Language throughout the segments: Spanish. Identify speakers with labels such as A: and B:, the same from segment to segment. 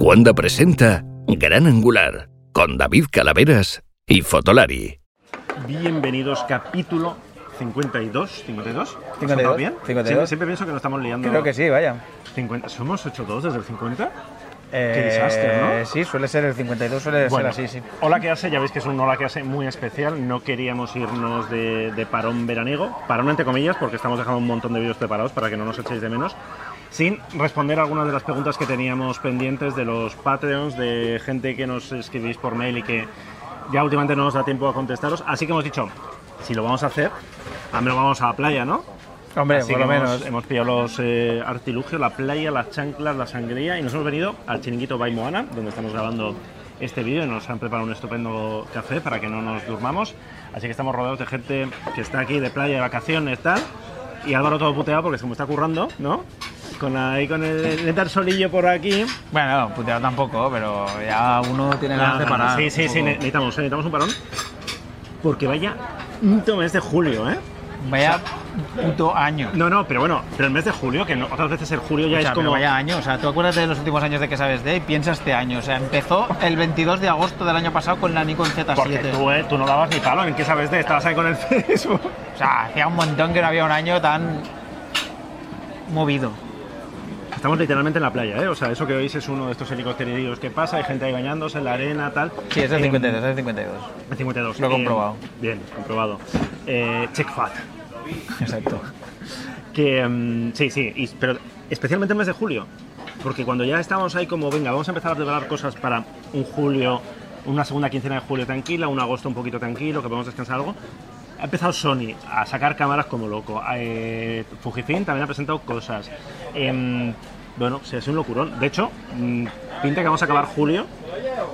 A: Wanda presenta Gran Angular con David Calaveras y Fotolari.
B: Bienvenidos, capítulo 52. ¿52? ¿Has
C: 52,
B: contado bien?
C: 52.
B: Siempre, siempre pienso que nos estamos liando.
C: Creo que sí, vaya.
B: 50. ¿Somos 8-2 desde el 50?
C: Eh,
B: desastre, ¿no?
C: Sí, suele ser el 52, suele
B: Bueno,
C: ser así, sí.
B: Hola que hace, ya veis que es un hola que hace muy especial. No queríamos irnos de, de parón veraniego, parón entre comillas, porque estamos dejando un montón de vídeos preparados para que no nos echéis de menos, sin responder algunas de las preguntas que teníamos pendientes de los Patreons, de gente que nos escribís por mail y que ya últimamente no nos da tiempo a contestaros. Así que hemos dicho, si lo vamos a hacer, al menos vamos a la playa, ¿no?
C: Hombre,
B: Así
C: por lo
B: que hemos-
C: menos.
B: Hemos pillado los eh, artilugios, la playa, las chanclas, la sangría y nos hemos venido al chiringuito Baimoana, donde estamos grabando este vídeo y nos han preparado un estupendo café para que no nos durmamos. Así que estamos rodeados de gente que está aquí de playa, de vacaciones, tal. Y Álvaro todo puteado porque como está currando, ¿no? Con ahí con el, el dar solillo por aquí.
C: Bueno, puteado tampoco, pero ya uno tiene ganas de
B: Ah,
C: parar.
B: sí,
C: un
B: sí, sí,
C: poco.
B: ne- necesitamos, eh, necesitamos un parón. Porque vaya puto mes de julio, ¿eh?
C: Vaya puto año.
B: No, no, pero bueno, pero el mes de julio, que no- otras veces el julio ya
C: O sea,
B: es
C: pero
B: como...
C: vaya año, o sea, tú acuérdate de los últimos años de que sabes de y piensa este año. O sea, empezó el 22 de agosto del año pasado con la Nikon
B: Porque
C: Z7.
B: tú, eh, tú no dabas ni palo, ¿en qué sabes de? Estabas ahí con el Facebook.
C: O sea, hacía un montón que no había un año tan movido.
B: Estamos literalmente en la playa, ¿eh? O sea, eso que oís es uno de estos helicópteros que pasa, hay gente ahí bañándose en la arena, tal.
C: Sí, es el
B: Em,
C: 52, es el 52.
B: el 52.
C: Lo he
B: Em,
C: comprobado.
B: bien, comprobado. Eh, check fat.
C: Exacto.
B: Que, em, sí, sí, y- pero especialmente el mes de julio. Porque cuando ya estábamos ahí como, venga, vamos a empezar a preparar cosas para un julio, una segunda quincena de julio tranquila, un agosto un poquito tranquilo, que podemos descansar algo. Ha empezado Sony a sacar cámaras como loco. Eh, Fujifilm también ha presentado cosas. Em, bueno, se hace un locurón. De hecho, mm, pinta que vamos a acabar julio.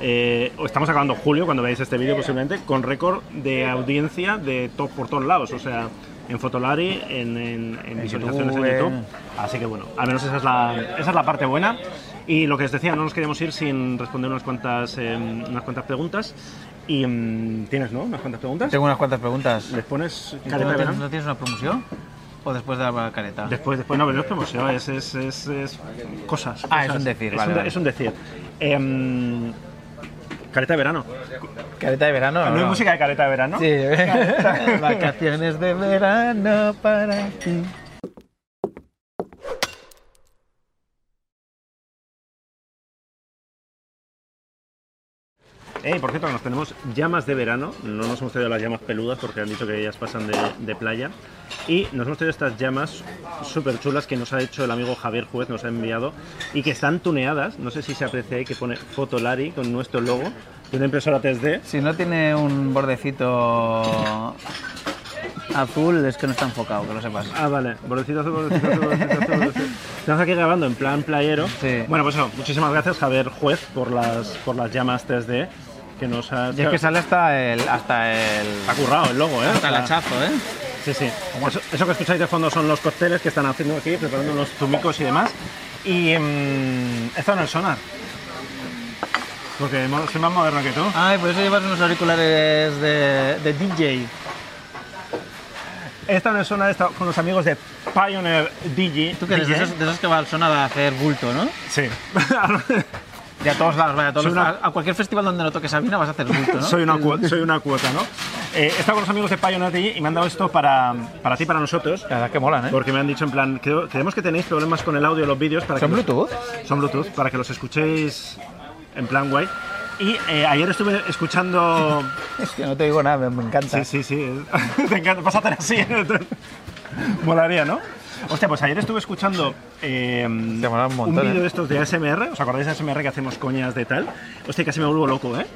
B: eh, o estamos acabando julio cuando veáis este vídeo posiblemente con récord de audiencia de to- por todos lados. O sea, en Fotolari, en, en- en visualizaciones
C: YouTube, eh.
B: en YouTube.
C: en-
B: Así que bueno, al menos esa es la, esa es la parte buena. Y lo que os decía, no nos queríamos ir sin responder unas cuantas, em, unas cuantas preguntas. Y em, tienes, ¿no? Unas cuantas preguntas.
C: Tengo unas cuantas preguntas.
B: ¿Les pones
C: ¿Y tú
B: careta
C: ¿No
B: de
C: tienes,
B: verano?
C: no tienes una promoción? ¿O después de la careta?
B: Después, después, no, pero no es promoción, es, es, es, es cosas.
C: Ah, es
B: cosas.
C: un decir,
B: es
C: vale,
B: Un,
C: vale.
B: es un decir. Em, careta de verano.
C: Careta de verano,
B: ¿No,
C: ¿no?
B: hay música de careta de verano?
C: Sí, vacaciones de verano para ti.
B: Eh, por cierto, que nos tenemos llamas de verano. No nos hemos traído las llamas peludas porque han dicho que ellas pasan de, de playa. Y nos hemos traído estas llamas súper chulas que nos ha hecho el amigo Javier Juez, nos ha enviado. Y que están tuneadas. No sé si se aprecia ahí que pone Fotolari con nuestro logo. De una impresora 3D.
C: Si no tiene un bordecito azul, es que no está enfocado, que lo sepas.
B: Ah, vale. Bordecito azul, bordecito azul, bordecito azul, bordecito azul. Estamos aquí grabando en plan playero.
C: Sí.
B: Bueno, pues eso. Muchísimas gracias, Javier Juez, por las, por las llamas 3D que nos ha...
C: Y es que sale hasta el. hasta el.
B: Ha currado el logo, ¿eh?
C: hasta el
B: O sea,
C: hachazo, ¿eh?
B: Sí, sí. Eso, eso que escucháis de fondo son los cócteles que están haciendo aquí, preparando unos tumicos y demás. Y mm, esto no es sonar. Porque mo- soy más moderno que tú.
C: Ay, por eso llevas unos auriculares de, de DJ.
B: Esta no es sonar, está con los amigos de Pioneer DJ.
C: Tú que eres eh? de
B: DJ?
C: esos, de esos que va al sonar a hacer bulto, ¿no?
B: Sí.
C: De a todos lados, vaya, a, todos
B: Soy
C: los-
B: una-
C: a, a cualquier festival donde no toques Sabina vas a hacer bulto, ¿no?
B: soy, una cuota, soy una cuota, ¿no? Eh, he estado con los amigos de Pioneer DJ y me han dado esto para, para ti, para nosotros.
C: La verdad que molan, ¿eh?
B: Porque me han dicho en plan, creo- creemos que tenéis problemas con el audio de los vídeos para
C: ¿Son
B: que los-
C: Bluetooth?
B: son Bluetooth para que los escuchéis en plan guay. Y eh, ayer estuve escuchando.
C: Es que no te digo nada, me, me encanta.
B: Sí, sí, sí. Te encanta. Vas a hacer así. en el tren. Molaría, ¿no? Hostia, pues ayer estuve escuchando eh,
C: Te mola un montón,
B: vídeo
C: ¿eh?
B: de estos de ASMR. ¿Os acordáis de ASMR que hacemos coñas de tal? Hostia, casi me vuelvo loco, ¿eh?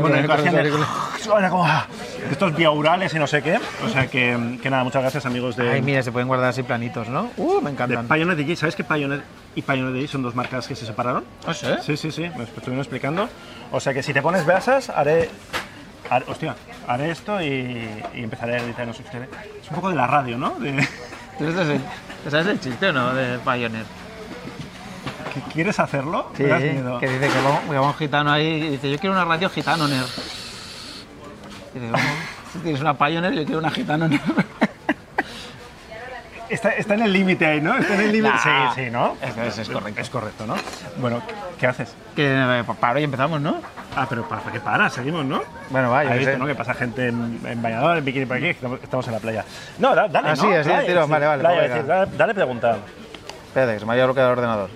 B: Con el que
C: Con
B: hacían
C: los
B: el- Era como, ah, Estos biourales y no sé qué. O sea que, que nada, muchas gracias, amigos de.
C: Ay, mira, se pueden guardar así planitos, ¿no? Uh,
B: de
C: me encantan.
B: Pioneer DJ, ¿sabes que Pioneer y Pioneer DJ son dos marcas que se separaron?
C: No sé.
B: ¿Ah, Sí, sí, sí, me lo estuvieron explicando. O sea que si te pones brasas, haré. har- hostia, haré esto y, y empezaré a editar. No sé ustedes. Es un poco de la radio, ¿no? De-
C: ¿Tú eres de ese- ¿te sabes el chiste o no de Pioneer?
B: ¿que ¿Quieres hacerlo? ¿Te das miedo?
C: que dice que va, un- que va un gitano ahí y dice, yo quiero una radio gitanoner. Y dice, "¿Cómo? Si tienes una Pioneer, yo quiero una gitanoner.
B: Está- está, está en el límite ahí, ¿no? Está en el límite.
C: Nah.
B: Sí, sí, ¿no?
C: Eso es, es correcto.
B: Es correcto, ¿no? Bueno, ¿qué haces?
C: Que eh, paro y empezamos, ¿no?
B: Ah, pero ¿para qué para? Seguimos, ¿no?
C: Bueno, va, yo
B: Ahí
C: qué
B: visto,
C: sé.
B: ¿no? Que pasa gente en, en bañador, en bikini por aquí, que estamos en la playa. No, da- dale,
C: Así,
B: ¿no?
C: así,
B: Dale,
C: tiro. Vale, vale,
B: Dale,
C: pues
B: decir,
C: venga.
B: dale, dale pregunta.
C: Espérate, que se me ha ido bloqueado el ordenador.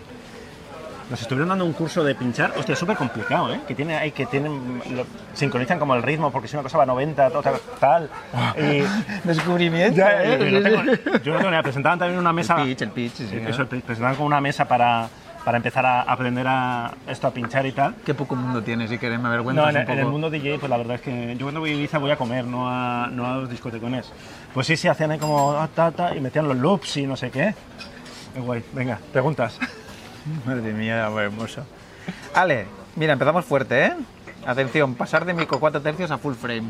B: Nos estuvieron dando un curso de pinchar, hostia, súper complicado, ¿eh? Que tiene, hay que tienen, lo- sincronizan como el ritmo, porque si una cosa va a 90, otra tal. Y,
C: Descubrimiento.
B: ya, yo,
C: ¿eh?
B: no tengo, yo no tengo ni idea. Presentaban también una mesa.
C: El pitch, el pitch, sí,
B: eh,
C: señor.
B: eso, el pitch. presentaban como una mesa para, para empezar a aprender a esto a pinchar y tal.
C: Qué poco mundo tienes y que me avergüenza
B: No,
C: un
B: en,
C: poco.
B: en el mundo DJ, pues la verdad es que yo cuando voy a Ibiza voy a comer, no a, no a los discotecones. Pues sí, sí, hacían ahí como ah, ta, ta, y metían los loops y no sé qué. Qué guay, venga, preguntas.
C: Madre mía, muy hermoso. Ale, mira, empezamos fuerte, ¿eh? Atención, pasar de micro 4 tercios a full frame.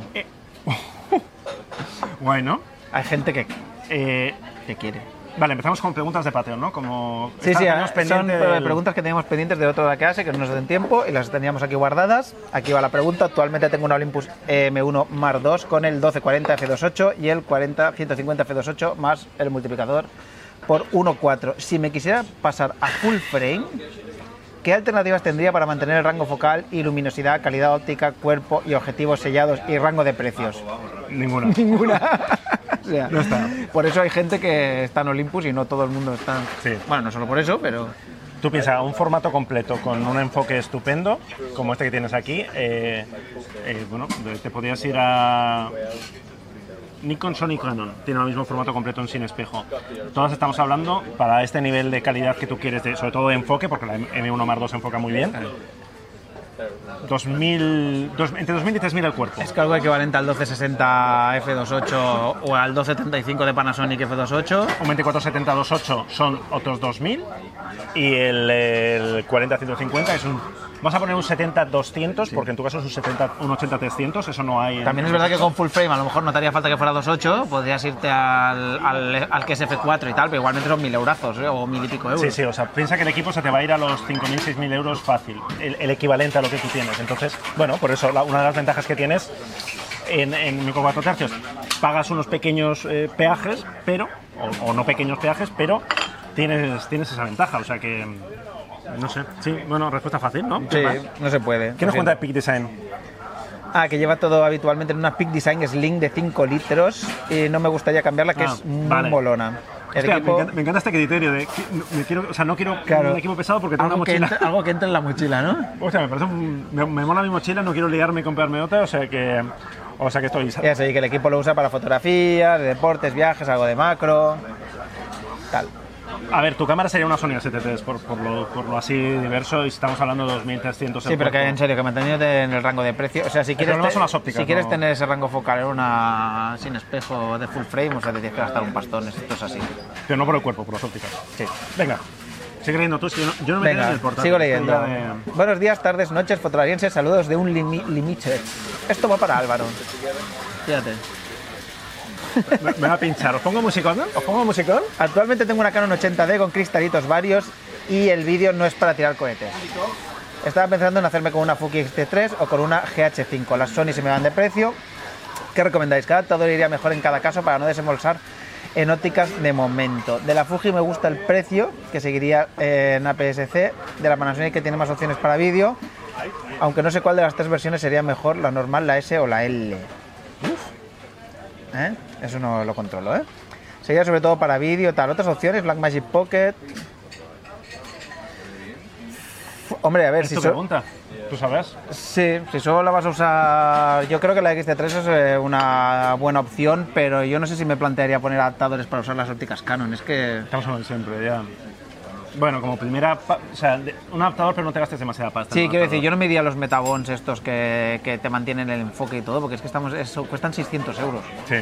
B: Guay, ¿no?
C: Hay gente que,
B: Eh,
C: que quiere.
B: vale, empezamos con preguntas de Patreon, ¿no? Como
C: Sí,
B: esta
C: sí,
B: la
C: ah,
B: tenemos
C: son
B: pendiente
C: eh,
B: del-
C: preguntas que teníamos pendientes de otra clase que no nos den tiempo y las teníamos aquí guardadas. Aquí va la pregunta. Actualmente tengo un Olympus M1 Mark II con el 1240 F28 y el 40-150 F28 más el multiplicador por 1.4. Si me quisiera pasar a full frame, ¿qué alternativas tendría para mantener el rango focal y luminosidad, calidad óptica, cuerpo y objetivos sellados y rango de precios?
B: Ninguna.
C: O sea,
B: No está.
C: Por eso hay gente que está en Olympus y no todo el mundo está.
B: Sí.
C: Bueno, no solo por eso, pero.
B: Tú piensas, un formato completo con un enfoque estupendo, como este que tienes aquí, eh, eh, bueno, te podrías ir a Nikon, Sony, Canon. Tiene el mismo formato completo en sin espejo. Todas estamos hablando para este nivel de calidad que tú quieres, de- sobre todo de enfoque, porque la M1 Mark II se enfoca muy bien. 2000, dos- entre 2000 y 3000 el cuerpo.
C: Es que algo equivalente al 1260 F28 o al 1275 de Panasonic F28.
B: Un 2470-28 son otros 2000 y el, el 40-150 es un. Vamos a poner un 70-200 porque en tu caso es un, 70 un 80-300, eso no hay. en-
C: También es verdad que con full frame a lo mejor no te haría falta que fuera 28, podrías irte al, al, al que es F4 y tal, pero igualmente son mil eurazos ¿eh? o mil y pico euros.
B: Sí, sí, o sea, piensa que el equipo se te va a ir a los 5.000, 6.000 euros fácil, el, el equivalente a lo que tú tienes. Entonces, bueno, por eso la- una de las ventajas que tienes en, en micro 4 tercios, pagas unos pequeños eh, peajes, pero, o, o no pequeños peajes, pero tienes, tienes esa ventaja, o sea que. mm, No sé, sí, bueno, respuesta fácil, ¿no?
C: Sí,
B: más?
C: no se puede.
B: ¿Qué
C: lo
B: nos cuenta de
C: siento.
B: Peak Design?
C: Ah, que lleva todo habitualmente en una Peak Design Sling de 5 litros y no me gustaría cambiarla, que
B: Ah,
C: es muy
B: vale.
C: molona. El
B: Hostia,
C: equipo-
B: me, encanta, me encanta este criterio de que no- me quiero, o sea, no quiero
C: Claro.
B: un equipo pesado porque tengo una
C: algo, que
B: mochila.
C: entra, algo que entra en la mochila, ¿no?
B: O sea, me parece un- me, me mola mi mochila, no quiero liarme y comprarme otra, o sea que o sea que estoy
C: Ya sé, y que el equipo lo usa para fotografías, deportes, viajes, algo de macro, tal.
B: A ver, tu cámara sería una Sony A7 por, por, lo, por lo así diverso y estamos hablando de 2300
C: Sí, pero que en serio, que manteniéndote en el rango de precio. O sea, si quieres,
B: problema son las ópticas,
C: si quieres
B: no-
C: tener ese rango focal en una sin espejo de full frame, o sea, te tienes que gastar un pastón, esto es así.
B: Pero no por el cuerpo, por las ópticas. Sí. Venga. Sigue leyendo tú, es que yo no, yo no me quedo en
C: Venga,
B: el portátil.
C: sigo
B: estoy
C: leyendo.
B: ya de-
C: Buenos días, tardes, noches, fotolarienses, saludos de un limi limited. Esto va para Álvaro. Fíjate.
B: Me, me va a pinchar. ¿Os pongo musicón? ¿Os pongo musicón?
C: Actualmente tengo una Canon 80D con cristalitos varios y el vídeo no es para tirar cohetes. Estaba pensando en hacerme con una Fuji X-T3 o con una GH5. Las Sony se me van de precio. ¿Qué recomendáis? ¿Qué adaptador iría mejor en cada caso para no desembolsar en ópticas de momento? De la Fuji me gusta el precio, que seguiría eh, en APS-C. De la Panasonic que tiene más opciones para vídeo. Aunque no sé cuál de las tres versiones sería mejor, la normal, la S o la L. ¿Eh? Eso no lo controlo, ¿eh? Sería sobre todo para vídeo, tal. Otras opciones, Blackmagic Pocket... Hombre, a ver,
B: Es
C: si
B: tu
C: so-
B: pregunta. ¿Tú sabes?
C: Sí, si solo la vas a usar, yo creo que la XT3 es eh, una buena opción, pero yo no sé si me plantearía poner adaptadores para usar las ópticas Canon, es que...
B: Estamos hablando siempre, ya. Bueno, como primera. pa- O sea, de- un adaptador, pero no te gastes demasiada pasta. en
C: Sí,
B: un
C: quiero
B: adaptador.
C: decir, yo no me iría a los metabons estos que, que te mantienen el enfoque y todo, porque es que estamos, eso, cuestan 600 euros.
B: Sí.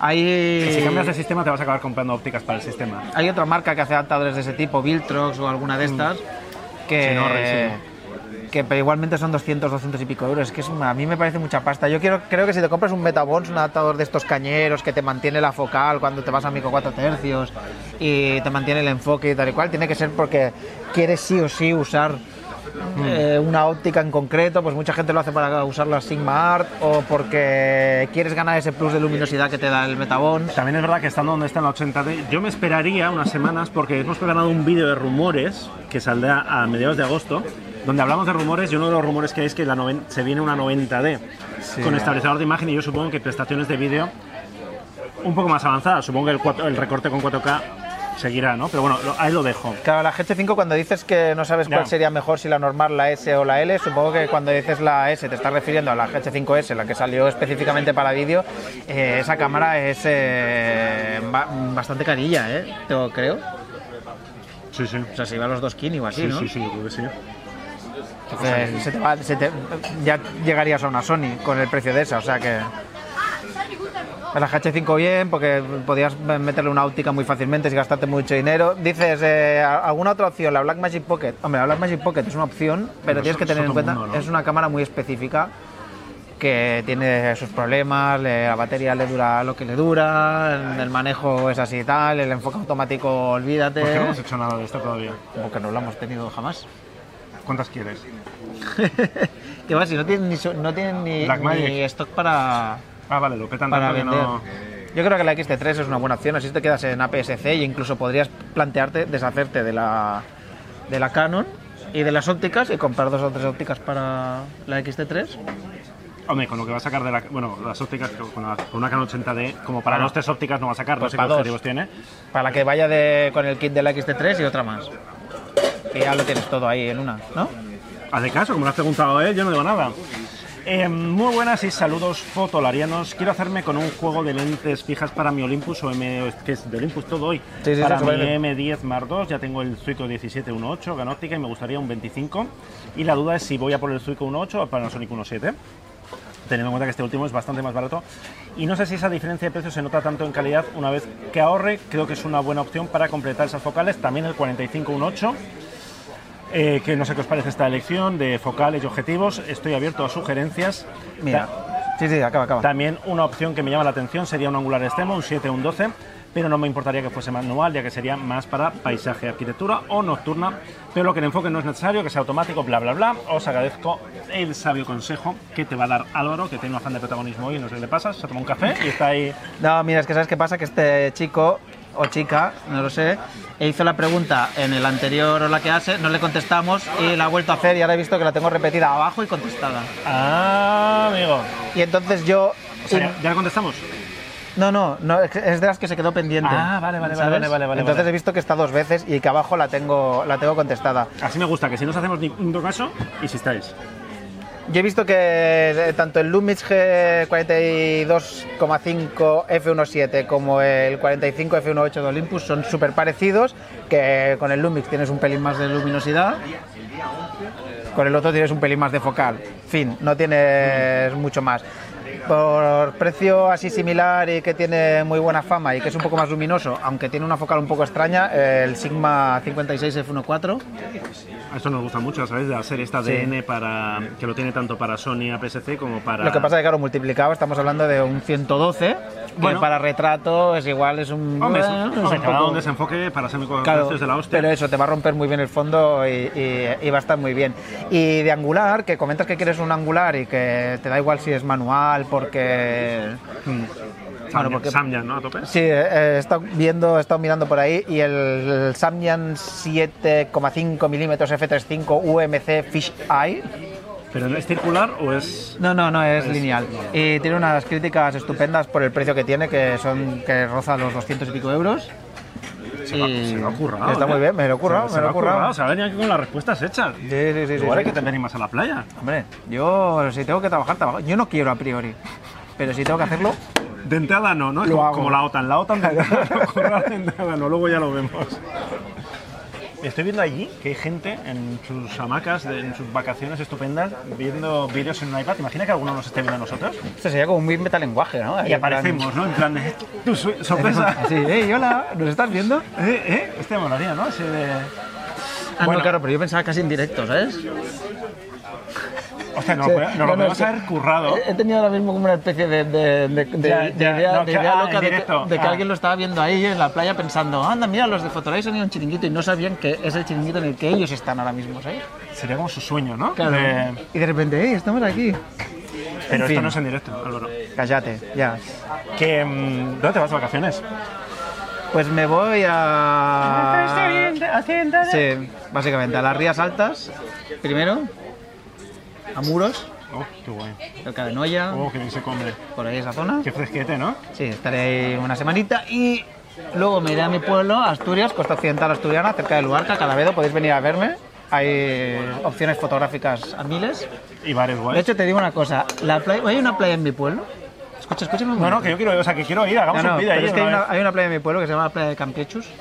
C: Hay, eh,
B: Si cambias de sistema, te vas a acabar comprando ópticas para el sistema.
C: hay otra marca que hace adaptadores de ese tipo, Viltrox o alguna de estas, que...
B: Mm. Sí, no, Rey,
C: que pero igualmente son 200, 200 y pico euros. Es que es una- a mí me parece mucha pasta. Yo quiero, creo que si te compras un Metabons, un adaptador de estos cañeros que te mantiene la focal cuando te vas a micro 4 tercios y te mantiene el enfoque y tal y cual, tiene que ser porque quieres sí o sí usar
B: Mm.
C: eh, una óptica en concreto, pues mucha gente lo hace para usar la Sigma Art o porque quieres ganar ese plus de luminosidad que te da el Metabón.
B: También es verdad que estando donde está en la 80D, yo me esperaría unas semanas porque hemos preparado un vídeo de rumores que saldrá a mediados de agosto, donde hablamos de rumores y uno de los rumores que hay es que la noven- se viene una 90D con estabilizador de imagen y yo supongo que prestaciones de vídeo un poco más avanzadas. Supongo que el, cuatro- el recorte con 4K seguirá, ¿no? Pero bueno, lo- ahí lo dejo.
C: Claro, la GT5 cuando dices que no sabes cuál
B: Ya.
C: sería mejor, si la normal, la S o la L, supongo que cuando dices la S te estás refiriendo a la GT5S, la que salió específicamente para vídeo, eh, esa cámara es eh, ba- bastante carilla, ¿eh? Te- creo.
B: Sí, sí.
C: O sea, se iba a los dos kini o así,
B: Sí,
C: ¿no?
B: sí, sí, yo creo que sí.
C: Entonces, Pues, eh, se te va- se te- ya llegarías a una Sony con el precio de esa, o sea que... A la H5 bien, porque podías meterle una óptica muy fácilmente si gastarte mucho dinero. Dices, eh, ¿a- ¿alguna otra opción? La Blackmagic Pocket. Hombre, la Blackmagic Pocket es una opción, pero
B: Pero
C: tienes
B: eso-
C: que tener
B: eso
C: en
B: todo el
C: cuenta,
B: mundo, ¿no?
C: es una cámara muy específica que tiene sus problemas, le- la batería le dura lo que le dura, el manejo es así y tal, el enfoque automático, olvídate.
B: ¿Por qué no hemos hecho nada de esto todavía?
C: Porque no lo hemos tenido jamás.
B: ¿Cuántas quieres?
C: Que va, si no tienen ni, su- no tienen ni,
B: Blackmagic.
C: ni stock para,
B: Ah, vale, lo petan
C: para
B: tanto que
C: vender.
B: no...
C: Yo creo que la XT3 es una buena opción, así te quedas en APS-C e incluso podrías plantearte deshacerte de la, de la Canon y de las ópticas y comprar dos o tres ópticas para la XT3.
B: Hombre, con lo que va a sacar de la. Bueno, las ópticas, con, la- con una Canon 80D, como para dos, tres ópticas no va a sacar,
C: Pues
B: no sé qué
C: para dos.
B: objetivos tiene.
C: Para la que vaya de, con el kit de la XT3 y otra más. Que ya lo tienes todo ahí en una, ¿no?
B: Hazle caso, como lo has preguntado a él, yo no digo nada. Eh, muy buenas y saludos fotolarianos. Quiero hacerme con un juego de lentes fijas para mi Olympus o M, que es de Olympus todo hoy.
C: Sí, sí,
B: para
C: sí,
B: mi
C: vale.
B: M10 Mark II, ya tengo el Suico 1718 Ganóptica y me gustaría un 25. Y la duda es si voy a por el Suico 18 o para el Sonic 17. Teniendo en cuenta que este último es bastante más barato. Y no sé si esa diferencia de precio se nota tanto en calidad. Una vez que ahorre, creo que es una buena opción para completar esas focales. También el 4518. Eh, que no sé qué os parece esta elección de focales y objetivos. Estoy abierto a sugerencias.
C: Mira. Sí, sí, acaba,
B: Ta-
C: acaba.
B: también una opción que me llama la atención sería un angular extremo, un 7, un 12, pero no me importaría que fuese manual, ya que sería más para paisaje, arquitectura o nocturna. Pero lo que el enfoque no es necesario, que sea automático, bla, bla, bla. Os agradezco el sabio consejo que te va a dar Álvaro, que tiene un afán de protagonismo hoy, no sé qué le pasa, se toma un café y está ahí.
C: No, mira, es que sabes qué pasa, que este chico o chica, no lo sé, e hizo la pregunta en el anterior o la que hace, no le contestamos y la ha vuelto a hacer y ahora he visto que la tengo repetida abajo y contestada.
B: Ah, amigo.
C: Y entonces yo...
B: O sea, ¿Ya ya le contestamos?
C: No, no, no, es que- es de las que se quedó pendiente.
B: Ah, vale, vale, vale,
C: ¿sabes?
B: vale, vale, vale,
C: Entonces
B: vale.
C: he visto que está dos veces y que abajo la tengo, la tengo contestada.
B: Así me gusta, que si no os hacemos ni un caso, insistáis.
C: Yo he visto que eh, tanto el Lumix G42,5 F17 como el 45 F18 de Olympus son súper parecidos, que con el Lumix tienes un pelín más de luminosidad, con el otro tienes un pelín más de focal. Fin, no tienes mucho más. Por precio así similar y que tiene muy buena fama y que es un poco más luminoso, aunque tiene una focal un poco extraña, el Sigma 56 F14
B: Esto nos gusta mucho, ¿sabes? De hacer este esta
C: Sí.
B: DN para, que lo tiene tanto para Sony APS-C como para...
C: Lo que pasa es que, claro, multiplicado estamos hablando de un 112,
B: Bueno.
C: que para retrato es igual, es un...
B: Hombre, es-
C: bueno, es un
B: hombre, cada
C: poco-
B: donde se enfoque para ser con
C: Claro,
B: precios de la hostia.
C: pero eso, te va a romper muy bien el fondo y, y- y va a estar muy bien. Y de angular, que comentas que quieres un angular y que te da igual si es manual, porque...
B: Hmm. Samyang,
C: porque-
B: Samyang, ¿no? A tope.
C: Sí, eh, he estado viendo, he estado mirando por ahí y el Samyang 7,5 milímetros F35 UMC Fish Eye
B: ¿Pero es circular o es...?
C: No, no, no, es lineal. Y tiene unas críticas estupendas por el precio que tiene, que son que roza los 200 y pico euros.
B: Se, va, se lo ha currado,
C: Mm, Está
B: ¿eh?
C: muy bien, me lo he currado,
B: Se- se
C: me lo he currado.
B: O sea, venía aquí con las respuestas hechas.
C: Sí, sí, sí. sí,
B: Igual hay
C: sí.
B: que tener más a la playa.
C: Hombre, yo si tengo que trabajar, trabajo. Yo no quiero a priori, pero si tengo que hacerlo,
B: De entrada no, ¿no? Es
C: Lo
B: como,
C: hago.
B: como la OTAN. La OTAN de entrada, no, currar de entrada no, luego ya lo vemos. Estoy viendo allí que hay gente en sus hamacas, de- en sus vacaciones estupendas, viendo vídeos en un iPad. Imagina que alguno nos esté viendo a nosotros.
C: esto sería como un bien metalenguaje, ¿no? Ahí
B: Y
C: en plan-
B: aparecemos, ¿no? En plan de... "Tú, su- sorpresa!
C: Sí, hey, hola, ¿nos estás viendo?
B: Eh, eh, este molaría, ¿no? Ese de-
C: Ah,
B: Bueno.
C: no, claro, pero yo pensaba casi en directo, ¿sabes?
B: No,
D: Sí,
B: pues, nos lo
D: no, no,
B: podemos
D: sí. Eh.
B: haber currado.
D: He- He tenido ahora mismo como una especie de, de- de- de-
B: Ya,
D: de
B: ya,
D: idea,
B: no,
D: de
B: que-
D: idea
B: ah, en
D: loca de, que,
B: directo,
D: de que
B: ah.
D: alguien lo estaba viendo ahí en la playa pensando, anda, mira, los de Fotolais han ido a un chiringuito y no sabían que es el chiringuito en el que ellos están ahora mismo, ¿sabes?
B: Sería como su sueño, ¿no?
D: Claro.
B: De-
D: Y de repente, ¡eh, estamos aquí!
B: Pero
C: En fin.
B: esto no es en directo, Álvaro.
C: Cállate, ya.
B: Que, mm, ¿Dónde te vas de vacaciones?
C: Pues me voy
D: Ah.
C: a. Sí, básicamente a las Rías Altas,
D: Primero, a Muros,
B: Oh, qué guay.
D: cerca de Noya,
B: Oh, qué bien se come.
D: por ahí esa zona.
B: Qué fresquete, ¿no?
D: Sí, estaré ahí una semana.
C: semanita y
D: Luego me iré a mi pueblo, a
C: Asturias, costa occidental asturiana, cerca de Luarca, Calavedo, podéis venir a verme. Hay opciones fotográficas.
D: a Miles.
B: Y bares
D: De
B: guays.
D: hecho, te digo una cosa, la playa, hay una playa en mi pueblo. Escucha, escúchame un
B: No, no,
D: momento.
B: que yo quiero, o sea, que quiero ir, hagamos
C: No, no,
B: un vídeo
C: pero
B: ahí.
C: es que hay
B: una
C: una, hay una playa en mi pueblo que se llama la playa de Campiechus.
B: vez.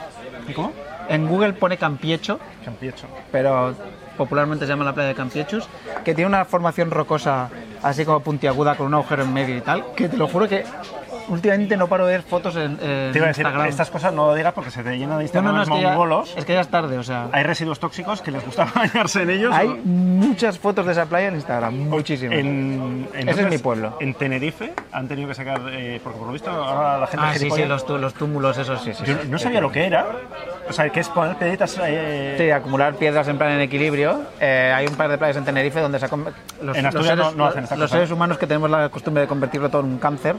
B: ¿eh? ¿Y ¿Cómo?
D: En Google pone Campiecho,
B: Champiecho.
D: pero popularmente se llama la playa de Campiechus, que tiene una formación rocosa así como puntiaguda con un agujero en medio y tal, que te lo juro que últimamente no paro de ver fotos en, en
B: Te iba a decir,
D: Instagram.
B: estas cosas no lo digas porque se te llenan de
D: No, no,
B: Instagram
D: no, es que, ya,
B: mongolos.
D: es que ya es tarde, o sea.
B: Hay residuos tóxicos que les gusta bañarse en ellos.
C: Hay
B: ¿no?
C: muchas fotos de esa playa en Instagram, muchísimas.
B: En,
C: Ese es mi pueblo.
B: En Tenerife han tenido que sacar, eh, porque por lo visto ahora la gente
D: Ah, sí, sí,
B: gilipollas-
D: los, tú- los túmulos, esos, sí, sí.
B: Yo no sabía lo que era. O sea, que es poner piedritas eh,
C: Sí, acumular piedras en plan en equilibrio. Eh, hay un par de playas en Tenerife donde se ha con- los,
B: En
C: los
B: Asturias
C: seres,
B: no- no hacen esta
C: los
B: cosa.
C: seres humanos que tenemos la costumbre de convertirlo todo en un cáncer.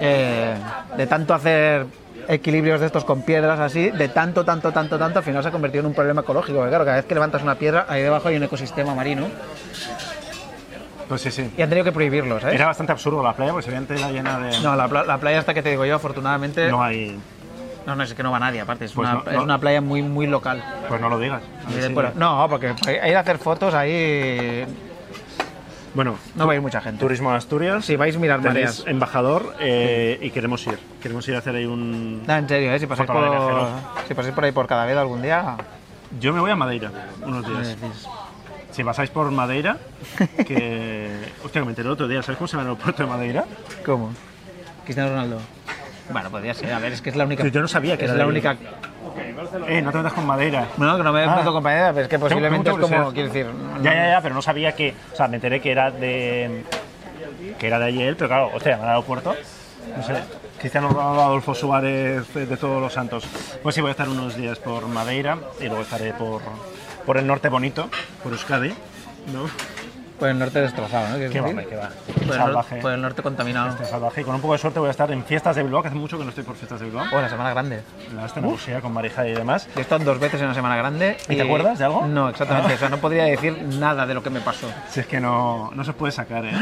C: eh, de tanto hacer equilibrios de estos con piedras así, de tanto, tanto, tanto, tanto, al final se ha convertido en un problema ecológico. Porque claro, cada vez que levantas una piedra, ahí debajo hay un ecosistema marino.
B: Pues sí, sí.
D: ¿Eh?
C: Y han tenido que prohibirlo, ¿sabes?
B: Era bastante absurdo la playa porque se veía entera llena de.
C: No, la, pla- la playa esta que te digo yo,
D: eh,
C: afortunadamente,
B: No
C: no,
B: hay.
D: No, no, es que no va nadie, aparte, es,
B: Pues
D: una,
B: no,
D: es
B: no.
D: una playa muy, muy local.
B: Pues no lo digas. A
D: Y
B: ver
D: de
B: si-
D: fuera.
C: no, porque para ir a hacer fotos ahí
B: Bueno,
C: no va a ir mucha gente.
B: Turismo de Asturias.
C: Si vais a mirar mareas.
B: Tenéis embajador eh, y queremos ir. Queremos ir a hacer ahí un.
C: No, en serio, ¿eh? si, pasáis
B: Foto de
C: por,
B: viajeros.
C: si pasáis por ahí por Cadavid algún día,
B: Yo me voy a Madeira unos días.
C: decís,
B: Si pasáis por Madeira, que. Hostia, que me enteré el otro día. ¿Sabes cómo se llama el aeropuerto de Madeira?
C: ¿cómo?
D: Cristiano Ronaldo. Bueno, podría ser, a ver, es que es la única.
B: Que yo no sabía que
D: es
B: era
D: la
B: de-
D: única.
B: Eh, no te metas con Madeira.
C: Bueno, que no me he
B: Ah.
C: puesto compañera, pero es que posiblemente es
B: Tengo- tengo
C: como, quiero
B: curiosidad.
C: decir,
B: Ya, ya, ya, pero no sabía que. O sea, me enteré que era de. que era de ayer, pero claro, hostia, van al aeropuerto. No sé. Cristiano Ronaldo, Adolfo Suárez, eh, de, de todos los santos. Pues sí, voy a estar unos días por Madeira y luego estaré por, por el norte bonito, por Euskadi. ¿No?
D: Por el norte destrozado, ¿no?
B: Qué va, hombre, qué va.
C: Pues,
D: Por el,
B: Salvaje.
D: nor- por el norte contaminado.
B: Este salvaje. Y con un poco de suerte voy a estar en fiestas de Bilbao, que hace mucho que no estoy por fiestas de Bilbao.
C: oh, la Semana Grande.
B: La esta musea con Marija y demás.
C: Yo he estado dos veces en la Semana Grande.
B: ¿Y te acuerdas de algo? Ah.
C: No, exactamente, o sea, no podría decir nada de lo que me pasó.
B: Si es que no, no se puede sacar, ¿eh?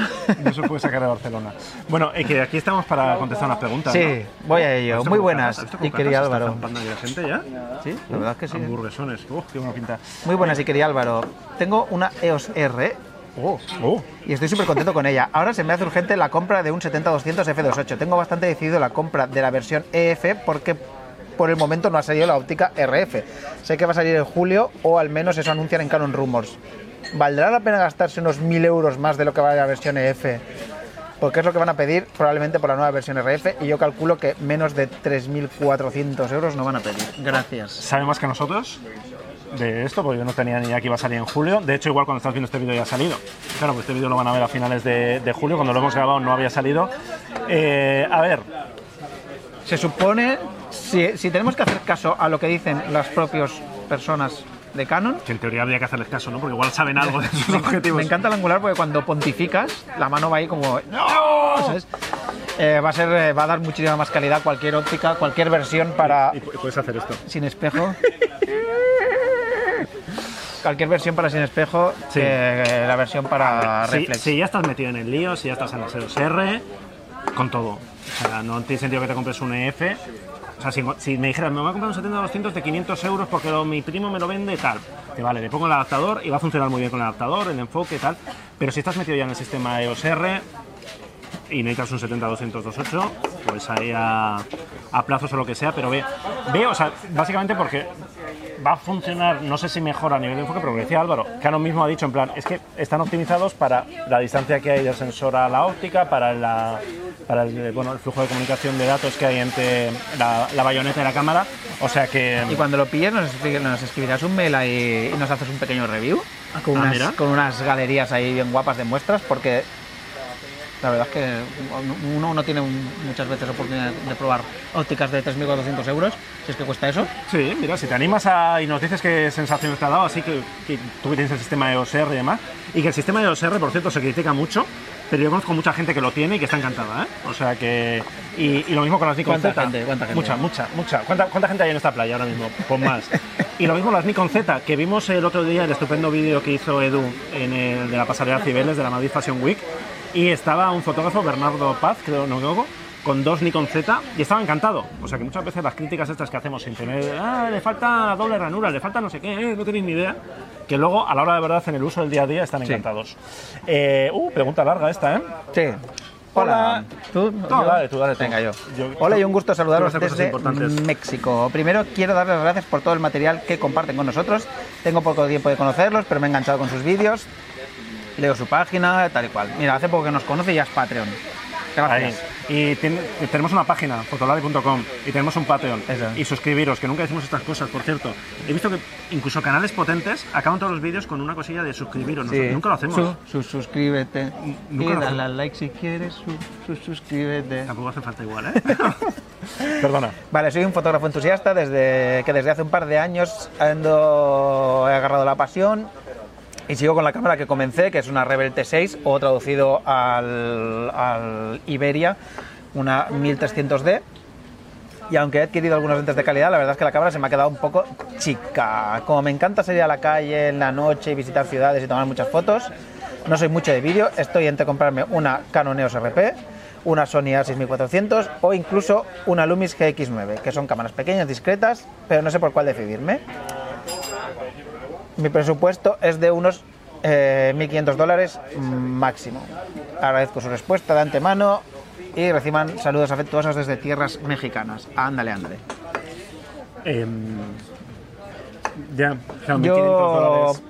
B: No se puede sacar de Barcelona. Bueno, eh, que aquí estamos para contestar unas preguntas.
C: Sí,
B: ¿no?
C: voy a
B: ¿Has
C: ello.
B: visto
C: Muy
B: cómo
C: buenas,
B: caras? ¿Has visto cómo
C: y
B: caras
C: querido
B: está
C: Álvaro.
B: zampando aquí la gente ya?
C: Sí, la verdad es que sí.
B: Hamburguesones. Uf, qué buena pinta.
C: Muy buenas y querido Álvaro. Tengo una EOS R
B: Oh, oh.
C: y estoy súper contento con ella. Ahora se me hace urgente la compra de un 70-200 F28. Tengo bastante decidido la compra de la versión EF porque por el momento no ha salido la óptica RF. Sé que va a salir en julio o al menos eso anuncian en Canon Rumors. ¿Valdrá la pena gastarse unos 1000 euros más de lo que vale la versión EF? Porque es lo que van a pedir probablemente por la nueva versión RF y yo calculo que menos de 3.400 euros no van a pedir.
D: Gracias.
B: Sabe más que nosotros de esto, porque yo no tenía ni idea que iba a salir en julio. De hecho, igual cuando estás viendo este vídeo ya ha salido. Claro, pues este vídeo lo van a ver a finales de, de julio. Cuando lo hemos grabado no había salido. Eh, a ver,
C: Se supone, si, si tenemos que hacer caso a lo que dicen las propias personas de Canon,
B: que en teoría habría que hacerles caso, ¿no? Porque igual saben algo de sus objetivos.
C: Me encanta el angular porque cuando pontificas, la mano va ahí como. ¡No! ¿sabes? Eh, va, a ser, eh, va a dar muchísima más calidad cualquier óptica, cualquier versión para.
B: Y pu- puedes hacer esto.
C: sin espejo. cualquier versión para sin espejo,
B: Sí.
C: que eh, la versión para
B: Si,
C: reflex.
B: si ya estás metido en el lío, si ya estás en las EOS-R, con todo. O sea, no tiene sentido que te compres un EF. O sea, si, si me dijeras, me voy a comprar un 70-200 de 500 euros porque lo- mi primo me lo vende, tal. Te vale, le pongo el adaptador y va a funcionar muy bien con el adaptador, el enfoque, tal. Pero si estás metido ya en el sistema EOS-R y necesitas un 70-200-28, pues ahí a, a plazos o lo que sea. Pero ve, ve, o sea, básicamente porque va a funcionar, no sé si mejor a nivel de enfoque, pero lo que decía Álvaro, Canon mismo ha dicho en plan, es que están optimizados para la distancia que hay del sensor a la óptica, para la, para el, bueno, el flujo de comunicación de datos que hay entre la, la bayoneta y la cámara. O sea que...
D: Y cuando lo pilles nos, escri- nos escribirás un mail ahí y nos haces un pequeño review con,
B: Ah, mira.
D: unas, con unas galerías ahí bien guapas de muestras porque la verdad es que uno no tiene un- muchas veces oportunidad de probar ópticas de 3.400 euros, si es que cuesta eso.
B: Sí, mira, si te animas a, y nos dices qué sensaciones te ha dado, así que, que tú que tienes el sistema EOSR y demás, y que el sistema EOSR, por cierto, se critica mucho, pero yo conozco mucha gente que lo tiene y que está encantada, ¿eh? O sea que... Y, y lo mismo con las Nikon
D: ¿Cuánta
B: Z.
D: gente? ¿Cuánta gente?
B: Mucha, mucha, mucha. ¿Cuánta, ¿Cuánta gente hay en esta playa ahora mismo? Pues más. Y lo mismo las Nikon Z, que vimos el otro día el estupendo vídeo que hizo Edu en el, de la pasarela Cibeles de la Madrid Fashion Week, y estaba un fotógrafo, Bernardo Paz, creo, no me equivoco, con dos Nikon Z y estaba encantado. O sea que muchas veces las críticas estas que hacemos sin tener, ah, le falta doble ranura, le falta no sé qué, eh, no tenéis ni idea, que luego a la hora de verdad en el uso del día a día están encantados. Eh, uh, pregunta larga esta, ¿eh?
C: Sí.
B: Hola.
C: Hola. ¿Tú?
B: No, dale tú, dale tú.
C: Venga, yo.
B: Yo-
C: Hola y un gusto saludaros
B: Tú vas a hacer cosas
C: desde
B: importantes.
C: México. Primero quiero dar las gracias por todo el material que comparten con nosotros. Tengo poco tiempo de conocerlos, pero me he enganchado con sus vídeos. Leo su página, tal y cual. Mira, hace poco que nos conoce y ya es Patreon.
B: Ahí.
C: Gracias.
B: Y tiene- tenemos una página, fotolari.com, y tenemos un Patreon.
C: Eso.
B: Y suscribiros, que nunca decimos estas cosas, por cierto. He visto que incluso canales potentes acaban todos los vídeos con una cosilla de suscribiros.
C: Sí.
B: Nosotros Nunca lo hacemos.
D: Su- su- suscríbete.
B: Nunca
D: y
B: lo
D: dale
B: hacemos.
D: al like si quieres. su- su- suscríbete.
B: Tampoco hace falta igual, ¿eh? Perdona.
C: Vale, soy un fotógrafo entusiasta desde que desde hace un par de años ando- he agarrado la pasión y sigo con la cámara que comencé, que es una Rebel T6 o traducido al, al Iberia, una 1300D. Y aunque he adquirido algunos lentes de calidad, la verdad es que la cámara se me ha quedado un poco chica. Como me encanta salir a la calle en la noche y visitar ciudades y tomar muchas fotos, no soy mucho de vídeo, estoy entre comprarme una Canon EOS RP, una Sony A6400 o incluso una Lumix GX9, que son cámaras pequeñas, discretas, pero no sé por cuál decidirme. Mi presupuesto es de unos eh, 1.500 dólares máximo. Agradezco su respuesta de antemano y reciban saludos afectuosos desde tierras mexicanas. Ándale, ándale.
B: Em, ya, claro, 1500
C: Yo,
B: dólares.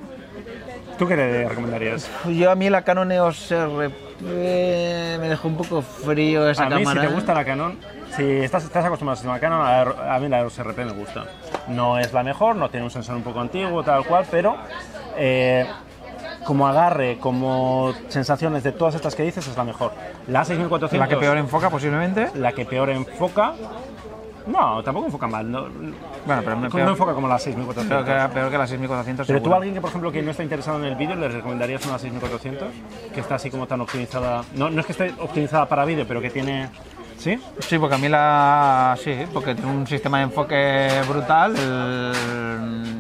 B: ¿Tú qué le recomendarías?
C: yo a mí la Canon
D: E
C: EOS
D: RP me dejó un poco frío esa
B: a mí,
D: cámara.
B: si te gusta la Canon, si estás, estás acostumbrado al sistema Canon, a, ver, a mí la EOS RP me gusta. No es la mejor, no tiene un sensor un poco antiguo, tal cual, pero eh, como agarre, como sensaciones de todas estas que dices, es la mejor. La A6400,
C: la que peor enfoca posiblemente.
B: la que peor enfoca. No, tampoco enfoca mal. No,
C: Bueno, pero me
B: no
C: peor,
B: enfoca como la
C: creo que
B: 6400.
C: era peor que la 6400.
B: Pero tú
C: seguro.
B: a alguien que, por ejemplo, que no está interesado en el vídeo, ¿le recomendarías una 6400? Que está así como tan optimizada... No, no es que esté optimizada para vídeo, pero que tiene... ¿Sí?
C: Sí, porque a mí la. Sí, porque tiene un sistema de enfoque brutal. el-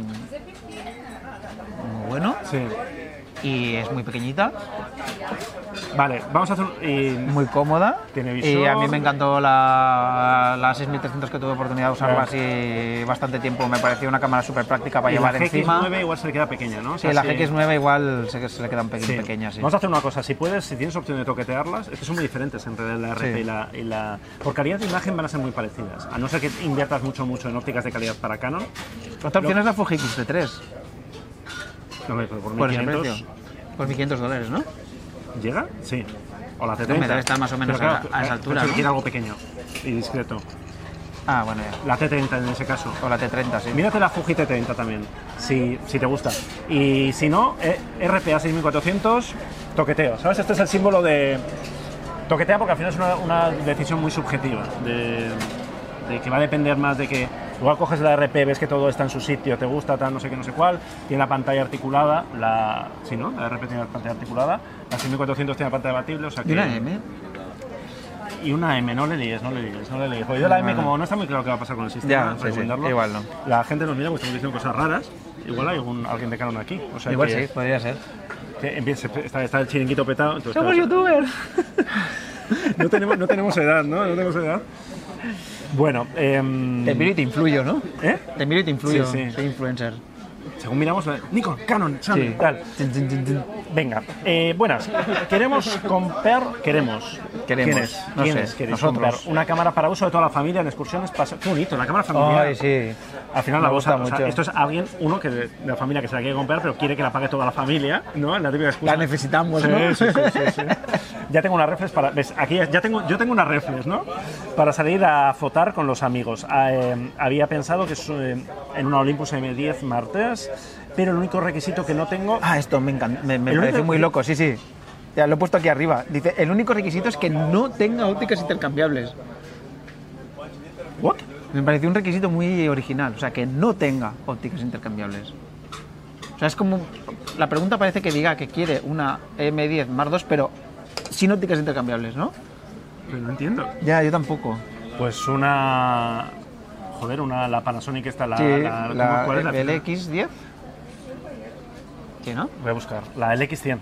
C: Muy bueno.
B: Sí.
C: Y es muy pequeñita,
B: Vale, vamos a hacer un- y-
C: muy cómoda.
B: Tiene
C: Y
B: visor.
C: a mí me encantó la, la 6300 que tuve oportunidad de usarla
B: Ah.
C: así bastante tiempo. Me pareció una cámara súper práctica para
B: y
C: llevar
B: la
C: encima.
B: GX9 igual se le queda pequeña, ¿no? O
C: Sí,
B: sea,
C: la
B: sí.
C: GX9 igual sé que se le quedan peque-
B: Sí.
C: pequeñas. sí.
B: Vamos a hacer una cosa, si puedes, si tienes opción de toquetearlas, es que son muy diferentes en realidad la RP
C: Sí.
B: y, la, y la- Por calidad de imagen van a ser muy parecidas, a no ser que inviertas mucho, mucho en ópticas de calidad para Canon.
C: Otra opción es la Fuji X-T3.
B: No, hombre, pero por
C: ¿Cuál es el
B: 1500
C: precio? Pues 1.500 dólares, ¿no?
B: ¿Llega? Sí. O la
C: No, me
B: T30.
C: debe estar más o menos
B: Pero
C: a- a esa altura,
B: pero
C: ¿no?
B: Quiere algo pequeño y discreto.
C: Ah, bueno, ya.
B: La T30 en ese caso.
C: O la T30, sí.
B: ¿eh? Mírate la Fuji T30 también, si, si te gusta. Y si no, eh, RPA 6400, toqueteo. ¿Sabes? Este es el símbolo de. Toquetea porque al final es una, una decisión muy subjetiva. De, de que va a depender más de que. Igual coges la RP, ves que todo está en su sitio, te gusta, tal, no sé qué, no sé cuál. Tiene la pantalla articulada, la. Sí, ¿no? La RP tiene la pantalla articulada. La 6400 tiene la pantalla abatible, o sea que.
D: ¿Y una M?
B: Y una M, no le líes, no le líes, no le líes. Porque yo la M,
C: Vale.
B: como no está muy claro qué va a pasar con el sistema,
C: Ya, sí, sí,
B: recomendarlo.
C: igual no.
B: La gente nos mira porque estamos diciendo cosas raras. Igual hay algún, alguien de Canon aquí. O sea,
C: Igual
B: que,
C: sí, podría ser.
B: que empiece- está, está el chiringuito petado. entonces,
D: ¡Somos
B: claro,
D: youtubers!
B: no, tenemos, no tenemos edad, ¿no? No tenemos edad. Bueno, em,
D: Te miro y te influyo, ¿no?
B: ¿eh?
D: Te miro y te influyo.
B: Sí, sí.
D: Soy influencer.
B: según miramos, la- Nikon, Canon, Sony,
D: Sí.
B: tal.
D: Tin, tin, tin, tin.
B: Venga, eh, buenas. Queremos comprar. Queremos.
C: Queremos,
B: ¿Quién es?
C: no
B: ¿Quién
C: sé,
B: es? ¿Queréis
C: nosotros.
B: comprar una cámara para uso de toda la familia en excursiones? pase- Qué bonito, la cámara familiar.
C: Ay, sí.
B: Al final
C: Me
B: la
C: gusta
B: bolsa, o sea,
C: mucho.
B: esto es alguien, uno que de, de la familia que se la quiere comprar, pero quiere que la pague toda la familia, ¿no? La típica excusa.
D: La necesitamos,
B: Sí,
D: ¿no?
B: sí, sí, sí, sí. Ya tengo una reflex para. ¿Ves? Aquí ya ya tengo, yo tengo una reflex, ¿no? Para salir a fotar con los amigos. Ah, eh, había pensado que su- eh, en una Olympus M10 martes, pero el único requisito que no tengo.
D: Ah, esto me, encanta, me, me
B: El
D: parece
B: único-
D: muy loco, sí, sí. Ya lo he puesto aquí arriba. Dice, el único requisito es que no tenga ópticas intercambiables.
B: ¿What?
D: Me pareció un requisito muy original, o sea, que no tenga ópticas intercambiables. O sea, es como... La pregunta parece que diga que quiere una M10 Mark II, pero sin ópticas intercambiables, ¿no?
B: No entiendo.
D: Ya, yo tampoco.
B: Pues una. Joder, una, la Panasonic esta, Ah, la.
D: sí,
B: la-
D: la,
B: ¿cómo- ¿Cuál es la
D: LX10. Sí, ¿no?
B: Voy a buscar. La LX100.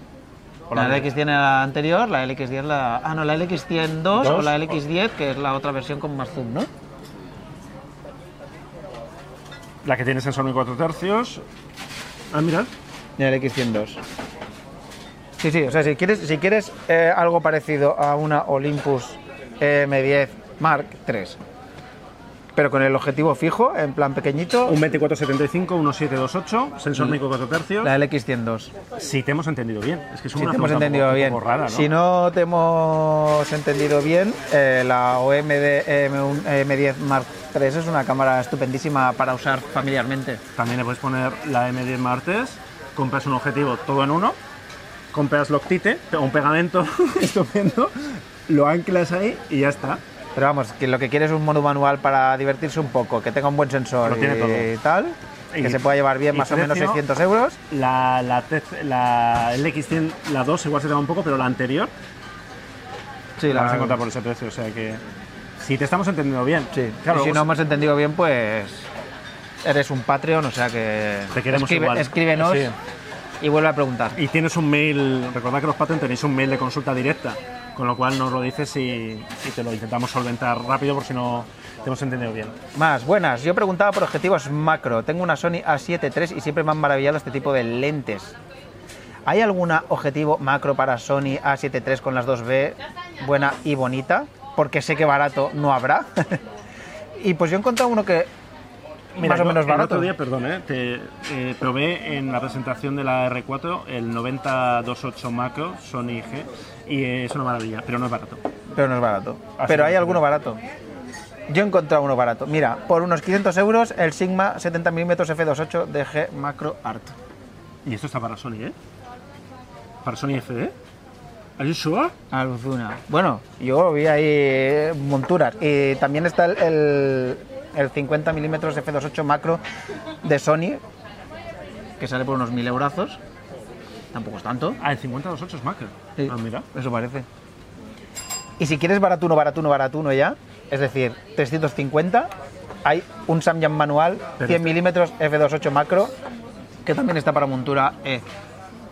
B: O
D: La LX100 era la anterior, la LX10 la... Ah, no, la LX100 2 o
B: Dos,
D: la
B: o-
D: LX10, que es la otra versión con más zoom, ¿no?
B: La que tiene sensor de 4 tercios. Ah, mirad.
D: La LX100 2.
C: Sí, sí, o sea, si quieres, si quieres eh, algo parecido a una Olympus M10 Mark III, pero con el objetivo fijo, en plan pequeñito,
B: Un 2475, 1728, sensor Nico 4 tercios.
C: Mm. la LX102.
B: Si te hemos entendido bien. Es que es
C: Si
B: una
C: te hemos
B: pregunta un
C: entendido
B: poco-
C: bien.
B: un poco rara, ¿no?
C: Si no te hemos entendido bien, eh, la OMD M1 M10 Mark III es una cámara estupendísima para usar familiarmente.
B: También le puedes poner la M10 martes, compras un objetivo todo en uno, compras Loctite, o un pegamento estupendo, lo anclas ahí y ya está.
C: Pero vamos, que lo que quieres es un modo manual para divertirse un poco, que tenga un buen sensor
B: Lo tiene
C: y
B: todo.
C: tal, que
B: Y-
C: se pueda llevar bien
B: y
C: más o menos
B: precio-
C: 600 euros.
B: La, la, TC la LX100, la 2 igual se te va un poco, pero la anterior
C: Sí,
B: la vas a encontrar por ese precio. O sea que si te estamos entendiendo bien,
C: Sí,
B: claro,
C: y si
B: luego
C: no hemos entendido bien, pues eres un Patreon, o sea que
B: Te queremos
C: escribe-
B: igual.
C: escríbenos
B: Sí.
C: y vuelve a preguntar.
B: Y tienes un mail, recordad que los patent tenéis un mail de consulta directa, con lo cual nos lo dices y, y te lo intentamos solventar rápido por si no te hemos entendido bien.
C: Más, buenas. Yo preguntaba por objetivos macro. Tengo una Sony A7 III y siempre me han maravillado este tipo de lentes. ¿Hay algún objetivo macro para Sony A7 III con las 2B buena y bonita? Porque sé que barato no habrá. y pues yo he encontrado uno que más o
B: yo
C: menos
B: el
C: barato.
B: otro día, perdón, eh, te eh, probé en la presentación de la R4 el 9028 Macro Sony G y eh, es una maravilla, pero no es barato.
C: Pero no es barato.
B: Así
C: Pero
B: es,
C: hay
B: Ah, sí.
C: alguno barato. Yo he encontrado uno barato. Mira, por unos 500 euros el Sigma 70mm f2.8 DG Macro Art.
B: Y esto está para Sony, ¿eh? Para Sony E? FE. ¿Are you sure?
D: Aluzuna. Bueno,
C: Yo vi ahí eh, monturas. Y también está el, el, el 50mm f2.8 Macro de Sony.
D: que sale por unos mil eurazos. Tampoco es tanto.
B: Ah, el 5028 es Macro.
D: Sí.
B: Ah, mira.
C: Eso parece. Y si quieres baratuno, baratuno, baratuno ya, es decir, 350, hay un Samyang manual
B: Pero
C: 100mm f2.8 Macro que también está para montura E.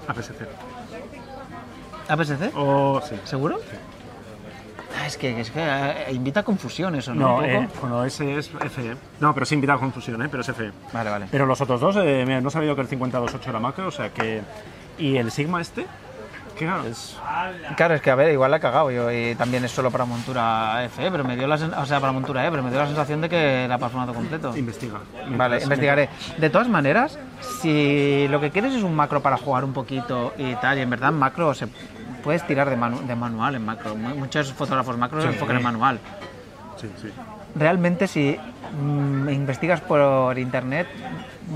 B: APS-C.
D: ¿APS-C?
B: Oh, sí.
D: ¿Seguro? Ah, es que, es que, eh, invita a confusión eso, ¿no?
B: No,
D: Un
B: eh,
D: poco.
B: bueno, ese es FE. No, pero sí invitado a confusión, ¿eh? Pero es FE.
C: Vale, vale.
B: Pero los otros dos, eh, mira, no sabía yo que el 528 era macro, o sea que. ¿Y el Sigma este? ¿Qué es?
D: eh,
C: Claro, es que a ver, igual la he cagado yo.
D: Y también es solo para montura F, pero me dio la sen- o sea, para montura E, pero me dio la sensación de que era para formato completo.
B: Investiga.
D: Vale,
B: Mientras-
D: investigaré. De todas maneras, si lo que quieres es un macro para jugar un poquito y tal, y en verdad macro se puedes tirar de, manu- de manual en macro. Mu- Muchos fotógrafos macro se
B: Sí.
D: enfocan en manual.
B: Sí, sí.
D: Realmente si mm, investigas por internet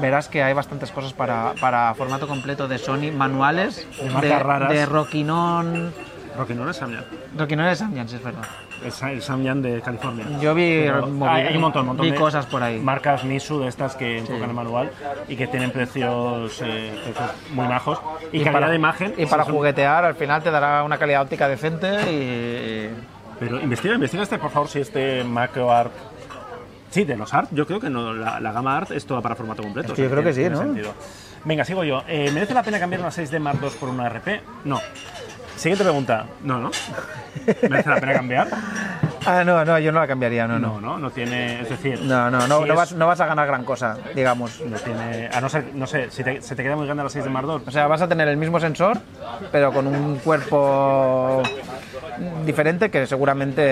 D: verás que hay bastantes cosas para, para formato completo de Sony, manuales
B: De marcas raras.
D: de Rockinon,
B: Rocky no es Samyang.
D: Rockinon es Samyang, sí, es verdad.
B: Es el Samyang de California.
D: Yo vi,
B: Pero-
D: movi-
B: hay, hay un montón, un montón
D: vi
B: de
D: cosas por ahí.
B: Marcas Nisu de estas que enfocan el manual y que tienen precios, eh, precios muy majos. Y, calidad de imagen.
C: Y para
B: Samsung-
C: juguetear, al final te dará una calidad óptica decente y.
B: Pero investiga, investiga este, por favor, si este macro art. Sí, de los art, yo creo que no, la, la gama art es toda para formato completo.
C: Es que yo creo que sí,
B: tiene
C: ¿no?
B: sentido. Venga, sigo yo. Eh, ¿Merece la pena cambiar una 6D Mark II por una RP? No. Siguiente pregunta. No, no. ¿Merece la pena cambiar?
C: Ah, no, no, yo no la cambiaría, no,
B: No,
C: no.
B: no, no tiene. Es decir.
C: No, no, no,
B: si
C: no
B: es-
C: vas, no vas a ganar gran cosa, digamos.
B: no tiene. A no ser, no sé, si te- se te queda muy grande la 6D Mark II.
C: O sea, vas a tener el mismo sensor, pero con un cuerpo diferente que seguramente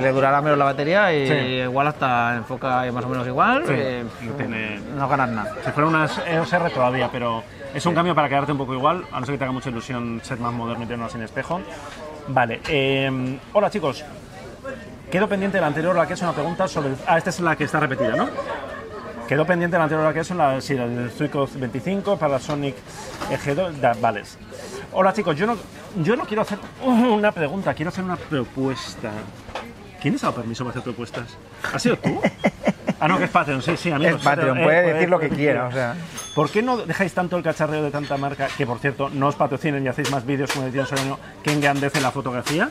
C: le durará menos la batería y
D: Y igual hasta enfoca más o menos igual. eh,
B: No tiene.
C: no ganas nada.
B: Si fuera una EOS R todavía, pero es un cambio para quedarte un poco igual, a no ser que te haga mucha ilusión ser más moderno y tener una sin espejo. Vale. eh, hola, chicos. Quedo pendiente de la anterior, la que es una pregunta sobre. el- Ah, esta es la que está repetida, ¿no? Quedó pendiente la anterior, la que es la, sí, la del Suicos 25 para Sonic G2. da- vale. Hola, chicos. Yo no, yo no quiero hacer una pregunta, quiero hacer una propuesta. ¿Quién les ha dado permiso para hacer propuestas? ¿Has sido tú? Ah, no, que es Patreon, sí, sí, amigos. eh,
C: Es Patreon, puede decir lo que quiera, o sea.
B: ¿Por qué no dejáis tanto el cacharreo de tanta marca, que por cierto, no os patrocinen y hacéis más vídeos como decía Soriano, que engrandece la fotografía?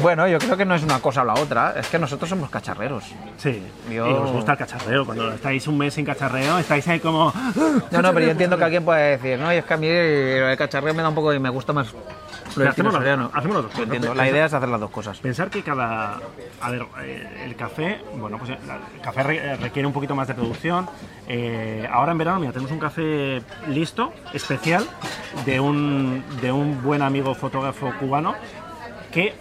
D: Bueno, yo creo que no es una cosa o la otra, es que nosotros somos cacharreros.
B: Sí.
D: Yo-
B: Y os gusta el cacharreo. Cuando estáis un mes sin cacharreo, estáis ahí como... ¡Ah!
D: No, no, pero yo entiendo que alguien puede decir, no, y es que a mí lo de cacharreo me da un poco y me gusta más. Lo
B: Pero
D: del
B: hacemos, las,
D: Soriano.
B: hacemos las dos
D: Lo
B: cosas,
D: entiendo,
B: ¿no?
D: la idea es hacer las dos cosas.
B: Pensar que cada. A ver, eh, el café. Bueno, pues la- el café re- requiere un poquito más de producción. Eh, ahora en verano, mira, tenemos un café listo, especial, de un, de un buen amigo fotógrafo cubano que.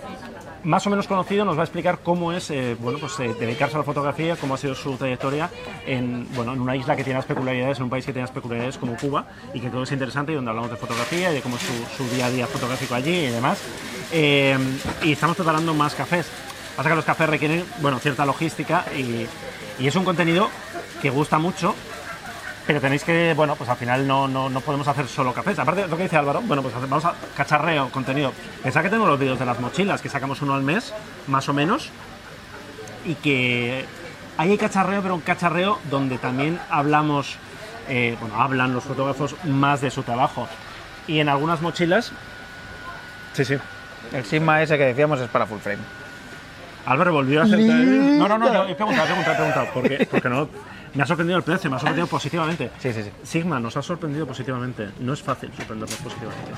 B: Más o menos conocido, nos va a explicar cómo es eh, bueno, pues, eh, dedicarse a la fotografía, cómo ha sido su trayectoria en, bueno, en una isla que tiene las peculiaridades, en un país que tiene las peculiaridades como Cuba, y que creo que es interesante, y donde hablamos de fotografía y de cómo es su, su día a día fotográfico allí y demás. Eh, y estamos preparando más cafés. Pasa que los cafés requieren bueno, cierta logística y, y es un contenido que gusta mucho, pero tenéis que, bueno, pues al final no, no, no podemos hacer solo cafés. Aparte de lo que dice Álvaro, bueno, pues hace- vamos a cacharreo, contenido. Pensad que tenemos los vídeos de las mochilas, que sacamos uno al mes, más o menos, y que ahí hay cacharreo, pero un cacharreo donde también hablamos, eh, bueno, hablan los fotógrafos más de su trabajo. Y en algunas mochilas... Sí, sí.
D: El Sigma ese que decíamos es para full frame.
B: Álvaro volvió a hacer... No, no, no, no, he preguntado, he preguntado, he preguntado, porque, porque no... Me ha sorprendido el precio, me ha sorprendido positivamente.
D: Sí, sí, sí.
B: Sigma nos ha sorprendido positivamente. No es fácil sorprendernos positivamente.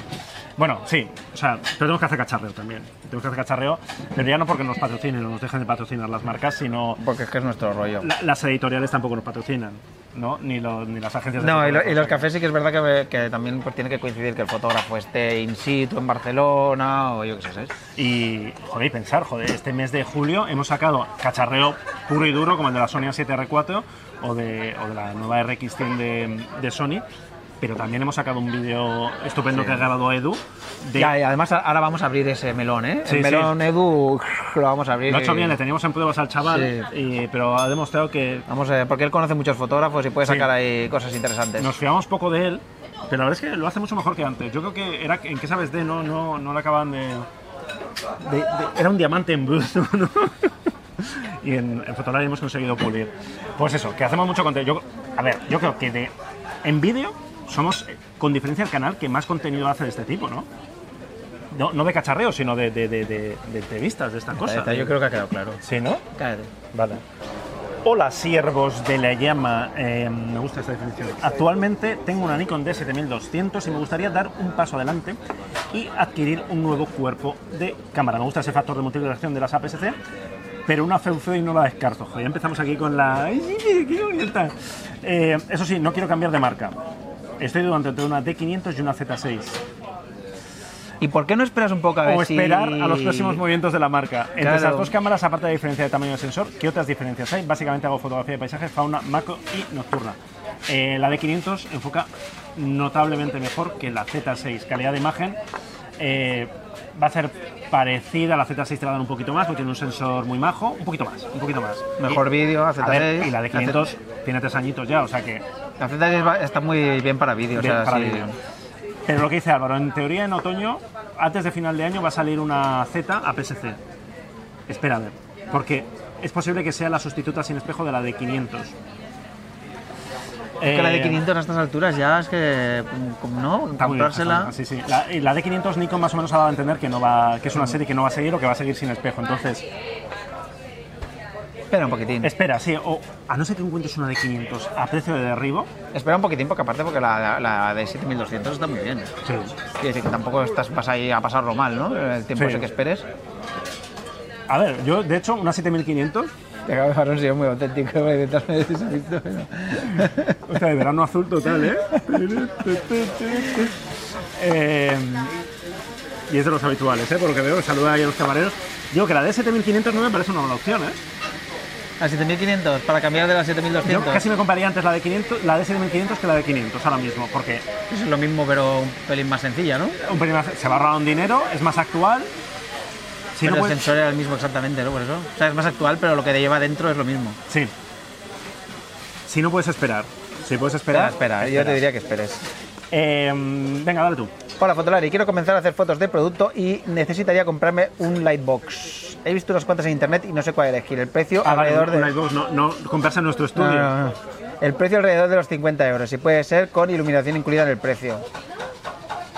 B: Bueno, sí, o sea, pero tenemos que hacer cacharreo también. Tenemos que hacer cacharreo, pero ya no porque nos patrocinen o nos dejen de patrocinar las marcas, sino
D: Porque es que es nuestro rollo.
B: la- las editoriales tampoco nos patrocinan, ¿no? Ni, lo- ni las agencias de
D: No, y, lo- y
B: fotógrafos.
D: los cafés sí que es verdad que, que también pues, tiene que coincidir que el fotógrafo esté in situ en Barcelona o yo qué sé, ¿sabes?
B: Y, joder, y pensar, joder, este mes de julio hemos sacado cacharreo puro y duro, como el de la Sony A7R4 o de, o de la nueva RX100 de, de Sony, pero también hemos sacado un vídeo estupendo que ha grabado Edu. De,
D: Ya, y además a- ahora vamos a abrir ese melón, ¿eh?
B: Sí,
D: el
B: sí.
D: melón Edu lo vamos
C: Eh,
D: a abrir.
B: Lo ha hecho
D: y-
B: bien, este. le teníamos en pruebas al chaval, y- pero ha demostrado que
D: Vamos a ver, porque él conoce muchos fotógrafos y puede
B: Sí.
D: sacar ahí cosas interesantes. Este,
B: nos fiamos poco de él, pero la verdad es que lo hace mucho mejor que antes. Yo creo que era en qué sabes de no no no le acaban de, de- de- era un diamante en bruto, ¿no? Y en, en Fotolari hemos conseguido pulir. Pues eso, que hacemos mucho contenido. Yo- a ver, yo creo que de, en vídeo somos, eh, con diferencia, el canal que más contenido hace de este tipo, ¿no? No, no de cacharreo, sino de, de, de- de- de entrevistas, de esta cosa.
D: este, Yo creo que ha quedado claro.
B: Sí, ¿no?
D: Cállate.
B: Vale. Hola, siervos de la llama. Eh, me gusta esta definición. Actualmente tengo una Nikon D7200 y me gustaría dar un paso adelante y adquirir un nuevo cuerpo de cámara. Me gusta ese factor de multiplicación de las APS-C, pero una FEUFE y no la descarto. Joder, ya empezamos aquí con la... ¡Ay, sí, qué bonita! Eh, eso sí, no quiero cambiar de marca. Estoy dudando entre una D500 y una Z6.
D: ¿Y por qué no esperas un poco a ver
B: O
D: si-
B: esperar a los próximos movimientos de la marca. Entre
D: Claro.
B: esas dos cámaras, aparte de la diferencia de tamaño del sensor, ¿qué otras diferencias hay? Básicamente hago fotografía de paisajes, fauna, macro y nocturna. Eh, la de 500 enfoca notablemente mejor que la Z6. Calidad de imagen eh, va a ser parecida, la Z6 te va a dar un poquito más, porque tiene un sensor muy majo, un poquito más, un poquito más.
D: Mejor vídeo,
B: Y, a ver,
D: Z6.
B: y la de 500 tiene tres añitos ya, o sea que
D: La Z6 va- está muy bien para vídeo.
B: Bien,
D: o sea,
B: para
D: sí.
B: vídeo. Pero lo que dice Álvaro, en teoría en otoño, antes de final de año, va a salir una Z a PSC. Espera a ver, porque es posible que sea la sustituta sin espejo de la de 500.
D: Es que la de
B: Eh,
D: 500 a estas alturas ya es que, mm, como no,
B: está muy bien,
D: comprársela.
B: está muy bien, sí, sí. La, y la de 500 Nikon más o menos ha dado a entender que, no va, que es una serie que no va a seguir o que va a seguir sin espejo. Entonces,
D: Espera un poquitín.
B: espera, sí, o a no ser que encuentres una de 500 a precio de derribo.
D: Espera un poquitín, porque aparte, porque la, la- la de 7200 está muy bien.
B: Sí.
D: Quiere decir que tampoco estás, vas ahí a pasarlo mal, ¿no? El tiempo
B: Sí.
D: ese que esperes.
B: A ver, yo de hecho, una 7500
D: Te acabo de dejar un sillón muy auténtico de
B: O sea, de verano azul total, ¿eh? Eh, Y es de los habituales, ¿eh? Por lo que veo, saluda ahí a los camareros. Digo que la de 7500 no me parece una buena opción, ¿eh?
C: A 7500 para cambiar de la 7200.
B: Yo casi me compraría antes la de 500, la de 7500 que la de 500 ahora mismo, porque
C: Es lo mismo, pero un pelín más sencilla, ¿no?
B: un pelín más- se va a ahorrar un dinero, es más actual. Si
C: pero
B: no
C: el
B: puedes-
C: sensor era el mismo exactamente, ¿no? Por eso. O sea, es más actual, pero lo que lleva dentro es lo mismo.
B: Sí. Si no puedes esperar. Si puedes
E: Espera,
B: esperar.
E: espera, yo
B: esperas.
E: te diría que esperes.
B: Eh, mm, venga, dale tú.
E: Hola Fotolari, quiero comenzar a hacer fotos de producto y necesitaría comprarme un lightbox. He visto unas cuantas en internet y no sé cuál elegir. El precio
B: Ah, vale,
E: alrededor de...
B: un Lightbox, no, no comprarse en nuestro
E: No,
B: estudio.
E: no, no. Ah, El precio alrededor de los 50 euros y puede ser con iluminación incluida en el precio.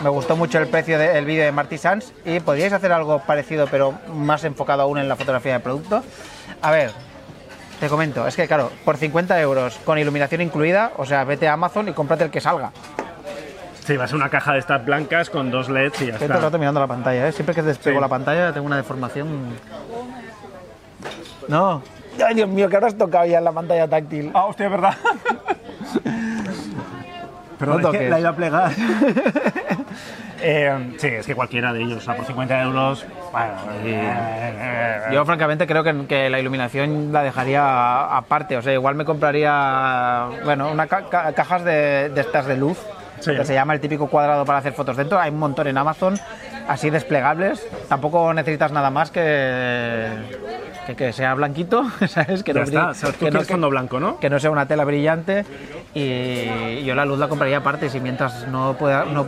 E: Me gustó mucho el precio del vídeo de Marty Sanz y podríais hacer algo parecido pero más enfocado aún en la fotografía de producto. A ver, te comento, es que claro, por 50 euros con iluminación incluida, o sea, vete a Amazon y cómprate el que salga.
B: Sí, va a ser una caja de estas blancas con dos LEDs y ya
E: Estoy todo el
B: está.
E: rato mirando la pantalla, ¿eh? Siempre que despego
B: Sí.
E: la pantalla tengo una deformación. No. Ay, Dios mío, que ahora has tocado ya en la pantalla táctil.
B: Ah, hostia, es verdad. Perdón,
E: No
B: es que
E: toques.
B: la iba a plegar. Eh, sí, es que cualquiera de ellos, o sea, por 50 euros. Bueno, eh,
C: Yo francamente creo que, que la iluminación la dejaría aparte, o sea, igual me compraría, bueno, una ca- ca- cajas de, de estas de luz,
B: Sí.
C: que se llama el típico cuadrado para hacer fotos dentro, hay un montón en Amazon, así desplegables, tampoco necesitas nada más que que, que sea blanquito, ¿sabes? Que
B: ya
C: brille-
B: está. O sea, tú
C: que no-
B: quieres
C: que-
B: fondo blanco, ¿no?
C: que no sea una tela brillante y yo la luz la compraría aparte si mientras no pueda no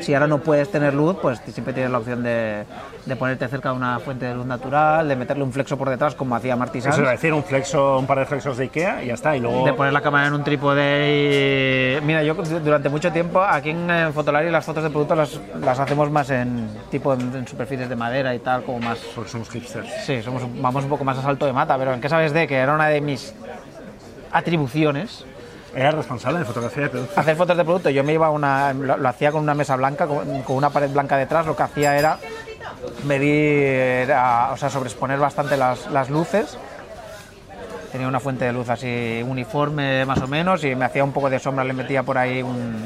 C: si ahora no puedes tener luz pues siempre tienes la opción de, de ponerte cerca de una fuente de luz natural de meterle un flexo por detrás como hacía Marty
B: Eso iba a
C: Sanz
B: decir, un flexo, un par de flexos de Ikea y ya está. Y luego.
C: de poner la cámara en un trípode y... Mira, yo durante mucho tiempo aquí en eh, Fotolari las fotos de productos las, las hacemos más en tipo en, en superficies de madera y tal, como más...
B: Porque somos hipsters.
C: Sí, somos, un- vamos un poco más a salto de mata, pero ¿en qué sabes de? Que era una de mis atribuciones
B: Era responsable de fotografía de producto.
C: hacer fotos de producto. Yo me iba a una, lo, lo hacía con una mesa blanca, con, con una pared blanca detrás. Lo que hacía era medir, eh, a- o sea, sobreexponer bastante las, las luces. Tenía una fuente de luz así uniforme más o menos y me hacía un poco de sombra, le metía por ahí un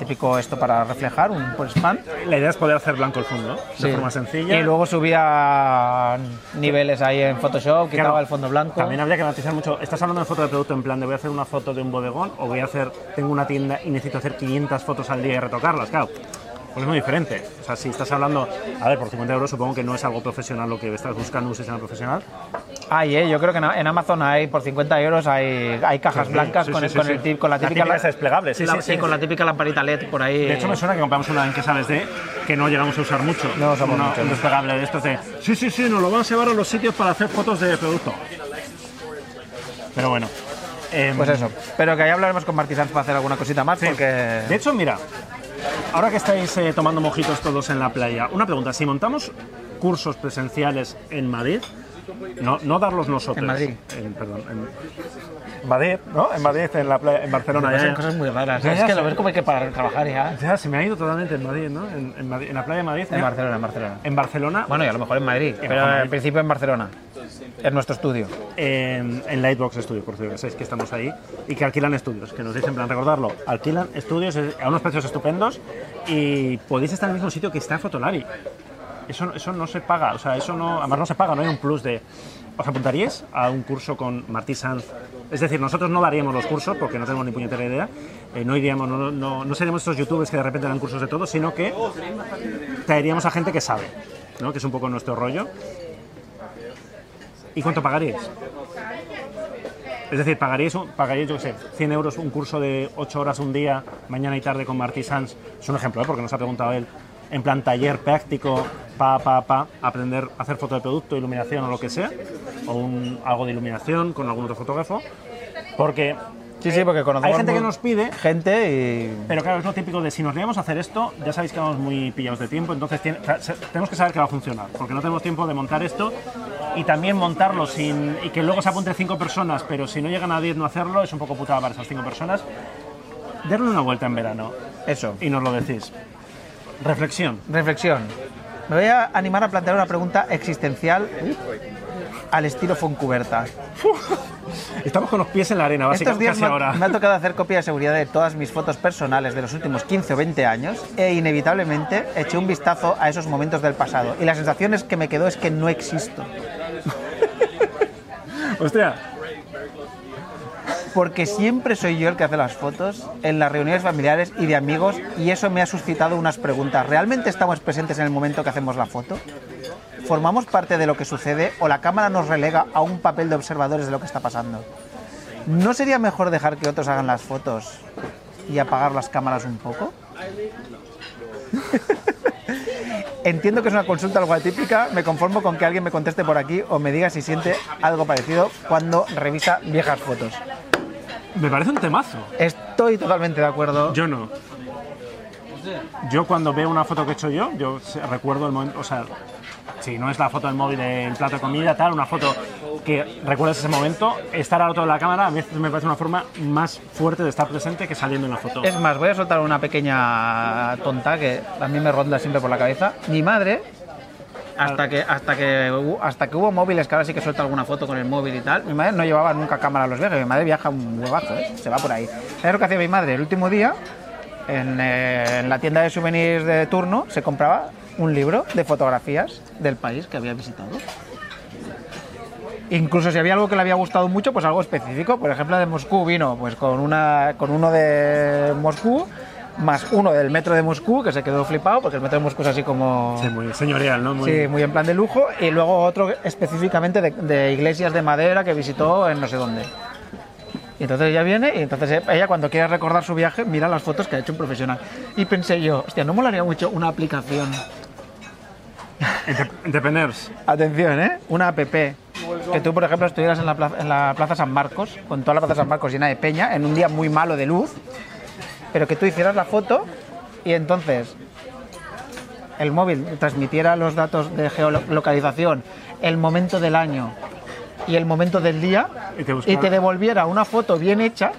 C: típico esto para reflejar, un por span.
B: La idea es poder hacer blanco el fondo
C: Sí.
B: de forma sencilla.
C: Y luego subía niveles ahí en
B: Claro,
C: Photoshop, quitaba el fondo blanco.
B: También habría que analizar mucho. Estás hablando de foto de producto en plan de voy a hacer una foto de un bodegón o voy a hacer. Tengo una tienda y necesito hacer 500 fotos al día y retocarlas, claro. Pues es muy diferente. O sea, si estás hablando. A ver, por 50 euros supongo que no es algo profesional lo que estás buscando un sistema profesional.
C: Hay, eh, yo creo que en en Amazon hay por 50 euros hay, hay cajas
B: Sí,
C: blancas
B: sí,
C: con,
B: sí,
C: el-
B: sí,
C: con
B: sí.
C: el tip- con la
B: La
C: típica,
B: típica esa desplegable, sí,
C: la-
B: sí, sí,
C: con
B: sí.
C: la típica lamparita LED por ahí.
B: De hecho, me suena que compramos una en que sabes de que no llegamos a usar mucho.
E: No usamos
B: Una-
E: mucho,
B: Un
E: no.
B: desplegable de estos de. Sí, sí, sí, nos lo van a llevar a los sitios para hacer fotos de producto. Pero bueno. em,
E: Pues eso.
C: Pero que ahí hablaremos con Martí Sanz para hacer alguna cosita más
B: Sí.
C: porque
B: De hecho, mira, ahora que estáis eh, tomando mojitos todos en la playa, una pregunta, si montamos cursos presenciales en Madrid, no, no darlos nosotros.
C: En Madrid.
B: En- perdón, en Madrid, ¿no? En Madrid, en, la playa, en Barcelona.
C: pasan
B: ya,
C: cosas muy raras. ¿eh?
B: Ya,
C: es
B: ya
C: que
B: sé.
C: lo ves como hay que para trabajar ya.
B: ya, se me ha ido totalmente en Madrid, ¿no? En, en Madrid- en la playa de Madrid.
C: En
B: mira,
C: Barcelona, en Barcelona.
B: En Barcelona,
C: Bueno, y a lo mejor en Madrid, pero
B: mejor en Madrid.
C: al principio en Barcelona. En nuestro estudio.
B: en, en Lightbox Studio, por cierto, que sabéis que estamos ahí, y que alquilan estudios, que nos dicen, en plan, recordarlo, alquilan estudios eh, a unos precios estupendos y podéis estar en el mismo sitio que está Fotolari. Eso, eso no se paga, o sea, eso no, además no se paga, no hay un plus de... ¿Os apuntaríais a un curso con Martí Sanz? Es decir, nosotros no daríamos los cursos porque no tenemos ni puñetera idea, eh, no iríamos, no, no, no seríamos estos youtubers que de repente dan cursos de todo, sino que traeríamos a gente que sabe, ¿no? que es un poco nuestro rollo. ¿Y cuánto pagaríais? Es decir, pagaríais, un- pagaríais, yo qué sé, 100 euros un curso de 8 horas un día, mañana y tarde con Martí Sanz. Es un ejemplo, ¿eh? porque nos ha preguntado él. En plan taller práctico, pa, pa, pa, aprender a hacer foto de producto, iluminación o lo que sea. O un- algo de iluminación con algún otro fotógrafo. Porque
C: Sí, sí, porque conocemos
B: hay gente que
C: mu-
B: nos pide
C: gente y
B: pero claro, es lo típico de si nos liamos a hacer esto, ya sabéis que vamos muy pillados de tiempo, entonces tiene- tra- se- tenemos que saber que va a funcionar, porque no tenemos tiempo de montar esto y también montarlo sin y que luego se apunten cinco personas, pero si no llegan a 10 no hacerlo, es un poco putada para esas cinco personas. Darle una vuelta en verano
C: eso.
B: y nos lo decís. Reflexión.
C: Reflexión. Me voy a animar a plantear una pregunta existencial al estilo Foncuberta.
B: Estamos con los pies en la arena,
C: Estos
B: básicamente
C: días
B: casi
C: me, ha-
B: ahora.
C: me ha tocado hacer copia de seguridad de todas mis fotos personales de los últimos 15 o 20 años e inevitablemente eché un vistazo a esos momentos del pasado y la sensación es que me quedó es que no existo.
B: Hostia,
C: porque siempre soy yo el que hace las fotos en las reuniones familiares y de amigos y eso me ha suscitado unas preguntas. ¿Realmente estamos presentes en el momento que hacemos la foto? ¿Formamos parte de lo que sucede o la cámara nos relega a un papel de observadores de lo que está pasando? ¿No sería mejor dejar que otros hagan las fotos y apagar las cámaras un poco? Entiendo que es una consulta algo atípica, me conformo con que alguien me conteste por aquí o me diga si siente algo parecido cuando revisa viejas fotos.
B: Me parece un temazo.
C: Estoy totalmente de acuerdo.
B: Yo no. Yo cuando veo una foto que he hecho yo, yo se- recuerdo el momento, o sea, si no es la foto del móvil en plato de comida, tal, una foto que recuerdas ese momento, estar al otro lado de la cámara a mí me parece una forma más fuerte de estar presente que saliendo en la foto.
C: Es más, voy a soltar una pequeña tonta que a mí me ronda siempre por la cabeza. Mi madre, hasta que, hasta que, hu- hasta que hubo móviles, que ahora sí que suelta alguna foto con el móvil y tal, mi madre no llevaba nunca cámara a los viajes. Mi madre viaja un huevazo, ¿eh? se va por ahí. ¿Sabes lo que hacía mi madre? El último día, en, eh, en la tienda de souvenirs de turno, se compraba un libro de fotografías del país que había visitado. Incluso si había algo que le había gustado mucho, pues algo específico. Por ejemplo, la de Moscú vino pues con, una, con uno de Moscú, más uno del metro de Moscú, que se quedó flipado, porque el metro de Moscú es así como...
B: Sí, muy señorial, ¿no? Muy-
C: Sí, muy en plan de lujo. Y luego otro específicamente de, de iglesias de madera que visitó en no sé dónde. Y entonces ella viene y entonces eh, ella cuando quiere recordar su viaje mira las fotos que ha hecho un profesional. Y pensé yo, hostia, no molaría mucho una aplicación.
B: Entre- Entrepreneurs.
C: Atención, ¿eh? Una app. Que tú, por ejemplo, estuvieras en la, plaza, en la Plaza San Marcos, con toda la Plaza San Marcos llena de peña, en un día muy malo de luz, pero que tú hicieras la foto y entonces el móvil transmitiera los datos de geolocalización, el momento del año y el momento del día
B: Y te buscara.
C: y te devolviera una foto bien hecha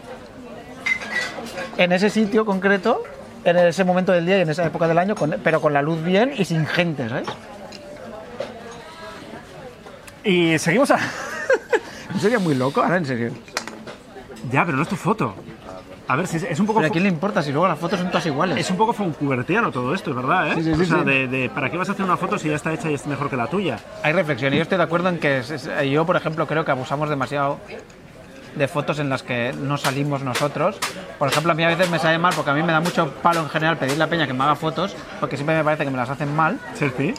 C: en ese sitio concreto, en ese momento del día y en esa época del año, con- pero con la luz bien y sin gente, ¿sabes?
B: Y seguimos a...
C: Sería muy loco, ahora en serio.
B: Ya, pero no es tu foto. A ver, si es, es un poco...
C: Pero a
B: fu-
C: quién le importa si luego las fotos son todas iguales.
B: Es un poco foncubertiano todo esto, es verdad, ¿eh?
C: Sí, sí, sí,
B: o sea,
C: sí.
B: De, de ¿para qué vas a hacer una foto si ya está hecha y es mejor que la tuya?
C: Hay reflexión. y Yo estoy de acuerdo en que es- es- yo, por ejemplo, creo que abusamos demasiado de fotos en las que no salimos nosotros. Por ejemplo, a mí a veces me sale mal porque a mí me da mucho palo en general pedirle a Peña que me haga fotos porque siempre me parece que me las hacen mal.
B: ¿Selfie?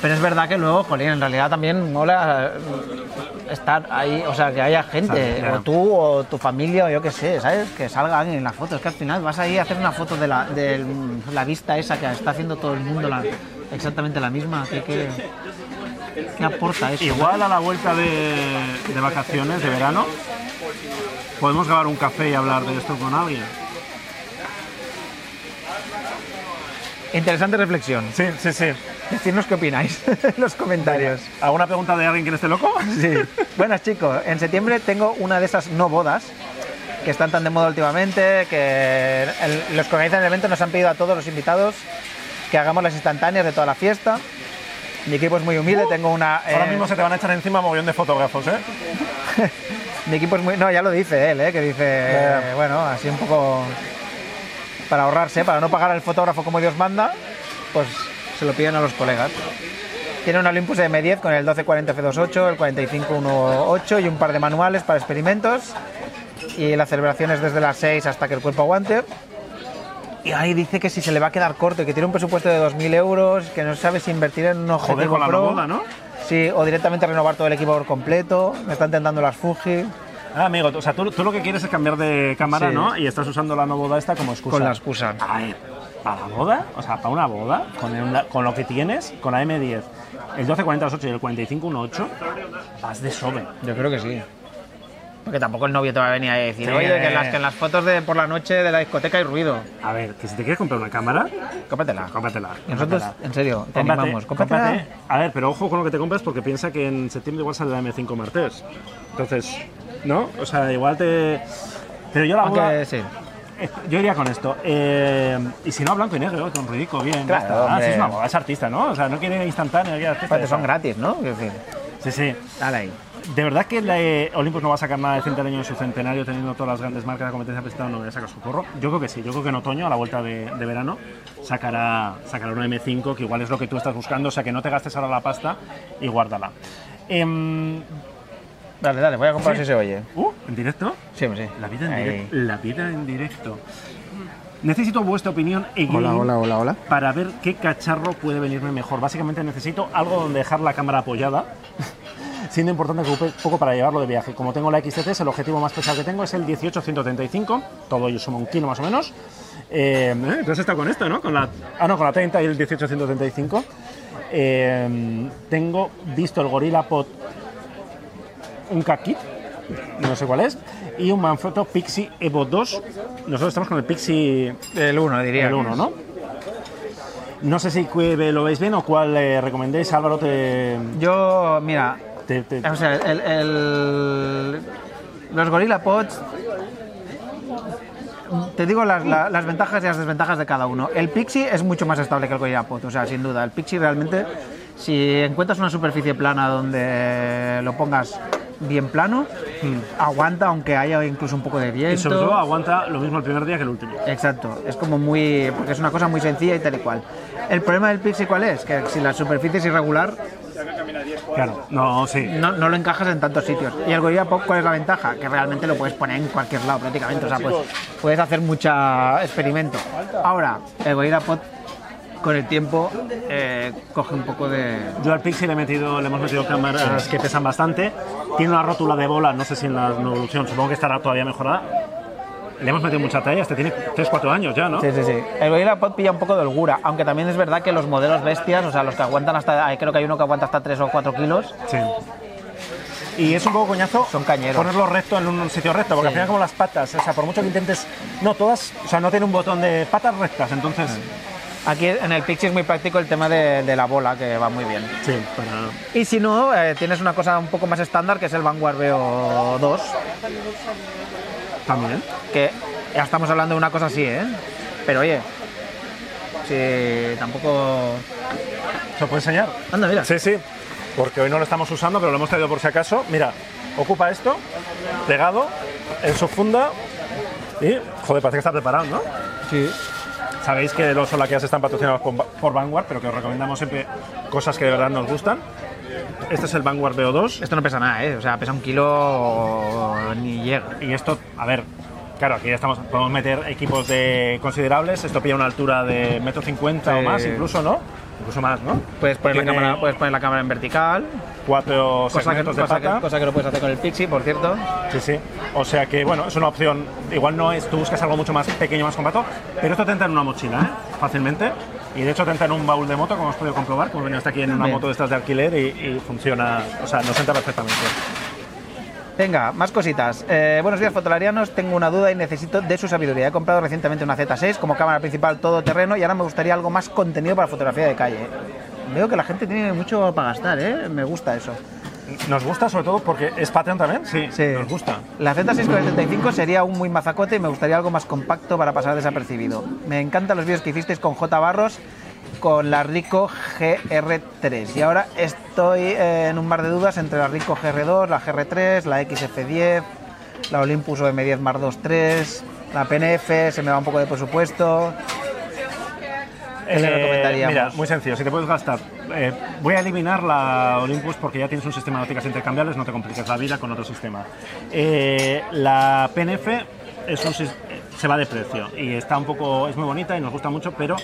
C: Pero es verdad que luego, jolín, en realidad también mola eh, estar ahí, o sea, que haya gente,
B: Claro, claro.
C: o tú, o tu familia, o yo qué sé, ¿sabes? Que salga alguien en la foto. Es que al final vas ahí a hacer una foto de la, de la vista esa que está haciendo todo el mundo, la- exactamente la misma. ¿Qué, qué, qué aporta eso?
B: Igual a la vuelta de, de vacaciones, de verano, podemos grabar un café y hablar de esto con alguien.
C: Interesante reflexión.
B: Sí, sí, sí.
C: Decidnos qué opináis en los comentarios.
B: ¿Alguna pregunta de alguien que no esté loco?
C: Sí. Buenas chicos, en septiembre tengo una de esas no bodas que están tan de moda últimamente, que el- los que organizan el evento nos han pedido a todos los invitados que hagamos las instantáneas de toda la fiesta. Mi equipo es muy humilde, tengo una... eh,
B: se te van a echar encima mogollón de fotógrafos, ¿eh?
C: Mi equipo es muy... No, ya lo dice él, eh, que dice, eh, bueno, así un poco para ahorrarse, para no pagar al fotógrafo como Dios manda, pues se lo piden a los colegas. Tiene un Olympus M10 con el 1240F28, el 4518 y un par de manuales para experimentos. Y la celebración es desde las 6 hasta que el cuerpo aguante. Y ahí dice que si se le va a quedar corto y que tiene un presupuesto de 2.000 euros, que no sabe si invertir en un objetivo
B: Joder, con la
C: pro.
B: no boda, ¿no?
C: Sí, o directamente renovar todo el equipo por completo. Me están tentando las Fuji.
B: Ah, amigo, o sea, tú, tú lo que quieres es cambiar de cámara,
C: Sí.
B: ¿no? Y estás usando la no boda esta como excusa.
C: Con la excusa.
B: A ver, para la boda, o sea, para una boda, con, el- con lo que tienes, con la M10, el 1248 y el 4518, vas de sobre.
C: Yo creo que sí. Porque tampoco el novio te va a venir a decir,
B: Sí.
C: oye, que en, las, que en las fotos de por la noche de la discoteca hay ruido.
B: A ver, que si te quieres comprar una cámara, Ah,
C: Cómpratela.
B: cómpratela.
C: Nosotros,
B: cómpratela.
C: en serio, te
B: Cómprate,
C: animamos. Cómpratela.
B: cómprate. A ver, pero ojo con lo que te compras porque piensa que en septiembre igual sale la M5 Martes. Entonces, ¿no? O sea, igual te. Pero yo la
C: Aunque
B: boda.
C: sí.
B: Eh, Yo iría con esto. Eh, y si no, blanco y negro, con ridico, bien. ya
C: Claro,
B: está. Ah, sí,
C: hombre.
B: es una boda, es artista, ¿no? O sea, no quiere instantáneo. quiere artista,
C: Aparte
B: ya
C: son
B: está.
C: gratis, ¿no? Quiero decir,
B: Sí, sí.
C: dale ahí.
B: ¿De verdad que la, eh, Olympus no va a sacar nada de centenario en su centenario, teniendo todas las grandes marcas de competencia presentadas? No voy a sacar su porro. Yo creo que sí. Yo creo que en otoño, a la vuelta de, de verano, sacará, sacará una M5, que igual es lo que tú estás buscando. O sea, que no te gastes ahora la pasta y guárdala. Em,
F: Dale, dale, voy a comprobar
B: Sí.
F: si se oye.
B: Uh, ¿En directo?
F: Sí, hombre, sí.
B: La vida en
F: Ahí.
B: directo. La vida en directo. Necesito vuestra opinión again,
G: Hola, hola, hola, hola.
B: para ver qué cacharro puede venirme mejor. Básicamente necesito algo donde dejar la cámara apoyada, siendo importante que ocupe poco para llevarlo de viaje. Como tengo la XTT, el objetivo más pesado que tengo es el 18135, todo ello suma un kilo más o menos. Eh, ¿eh? Tú has estado con esto, ¿no? Con la, ah, no, con la 30 y el 18135. Eh, tengo visto el GorillaPod un Cat Kit, no sé cuál es, y un Manfrotto Pixie Evo 2. Nosotros estamos con el Pixie
F: El 1, diría.
B: el
F: que
B: 1,
F: es.
B: ¿no? No sé si que lo veis bien o cuál eh, recomendéis, Álvaro, te...
C: Yo, mira,
B: te- te-
C: o sea, el, el- los Gorilla Pods. Te digo las, la- las ventajas y las desventajas de cada uno. El Pixie es mucho más estable que el Gorilla Pod, o sea, sin duda. El Pixie realmente, si encuentras una superficie plana donde lo pongas bien plano, aguanta aunque haya incluso un poco de viento.
B: Hmm. y sobre todo aguanta lo mismo el primer día que el último.
C: Exacto, es como muy. porque es una cosa muy sencilla y tal y cual. El problema del Pixie, ¿cuál es? Que si la superficie es irregular,
B: Claro, no, sí.
C: no, no lo encajas en tantos sitios. Y el Gorilla Pop, ¿cuál es la ventaja? Que realmente lo puedes poner en cualquier lado prácticamente. O sea, pues, puedes hacer mucha experimento. Ahora, el Gorilla Pop con el tiempo eh, coge un poco de.
B: Yo al Pixie le, he metido, le hemos metido cámaras que pesan bastante. Tiene una rótula de bola, no sé si en la nueva evolución, supongo que estará todavía mejorada. Le hemos metido mucha talla, este tiene 3-4 años ya, ¿no?
C: Sí, sí, sí. El Gorilla Pod pilla un poco de holgura, aunque también es verdad que los modelos bestias, o sea, los que aguantan hasta. ay, creo que hay uno que aguanta hasta 3 o 4 kilos.
B: Sí. Y es un poco coñazo
C: Son cañeros.
B: ponerlo recto en un sitio recto, porque al
C: Sí.
B: final como las patas, o sea, por mucho que intentes, no todas, o sea, no tiene un botón de patas rectas, entonces...
C: Aquí en el Pixie es muy práctico el tema de, de la bola, que va muy bien.
B: Sí, para...
C: Y si no, eh, tienes una cosa un poco más estándar, que es el Vanguard VO 2,
B: También.
C: que ya estamos hablando de una cosa así, ¿eh? Pero oye, si tampoco...
B: ¿Se puede enseñar?
C: Anda, mira.
B: Sí, sí. Porque hoy no lo estamos usando, pero lo hemos traído por si acaso. Mira, ocupa esto, pegado, en su funda y... Joder, parece que está preparado, ¿no?
C: Sí.
B: Sabéis que los Olaqueas están patrocinados con- por Vanguard, pero que os recomendamos siempre cosas que de verdad nos gustan. Este es el Vanguard VO2.
C: Esto no pesa nada, ¿eh? O sea, pesa un kilo o ni llega.
B: Y esto, a ver, claro, aquí ya estamos, podemos meter equipos de considerables, esto pilla una altura de metro cincuenta o
C: Sí.
B: más, incluso, ¿no? Incluso más, ¿no?
C: Puedes poner, la
B: Tiene
C: cámara, puedes poner la cámara en vertical,
B: cuatro
C: cosa que,
B: segmentos de
C: cosa, que,
B: pata.
C: cosa que lo puedes hacer con el Pixie, por cierto.
B: Sí, sí. O sea que, bueno, es una opción. Igual no es, tú buscas algo mucho más pequeño, más compacto, pero esto te entra en una mochila, ¿eh? Fácilmente. Y de hecho te entra en un baúl de moto, como has podido comprobar, como venido hasta aquí en una
C: Bien.
B: moto de estas de alquiler y, y funciona, o sea, nos entra perfectamente.
C: Venga, más cositas. Eh, buenos días, fotolarianos. Tengo una duda y necesito de su sabiduría. He comprado recientemente una Z6 como cámara principal todoterreno y ahora me gustaría algo más contenido para fotografía de calle. Veo que la gente tiene mucho para gastar, ¿eh? Me gusta eso.
B: Nos gusta sobre todo porque es Patreon también, sí, nos gusta.
C: La Z645 sería un muy mazacote y me gustaría algo más compacto para pasar desapercibido. Me encantan los vídeos que hicisteis con J Barros con la Rico GR3 y ahora estoy eh, en un mar de dudas entre la Rico GR2, la GR3, la XF10, la Olympus m 10 Mar 2 3, la PNF, se me va un poco de presupuesto. ¿Qué le
B: Eh,
C: recomendaríamos?
B: Mira, muy sencillo, si te puedes gastar. eh, voy a eliminar la Olympus porque ya tienes un sistema de ópticas intercambiables, no te compliques la vida con otro sistema. Eh, la PNF es un sis- eh, se va de precio y está un poco, es muy bonita y nos gusta mucho, pero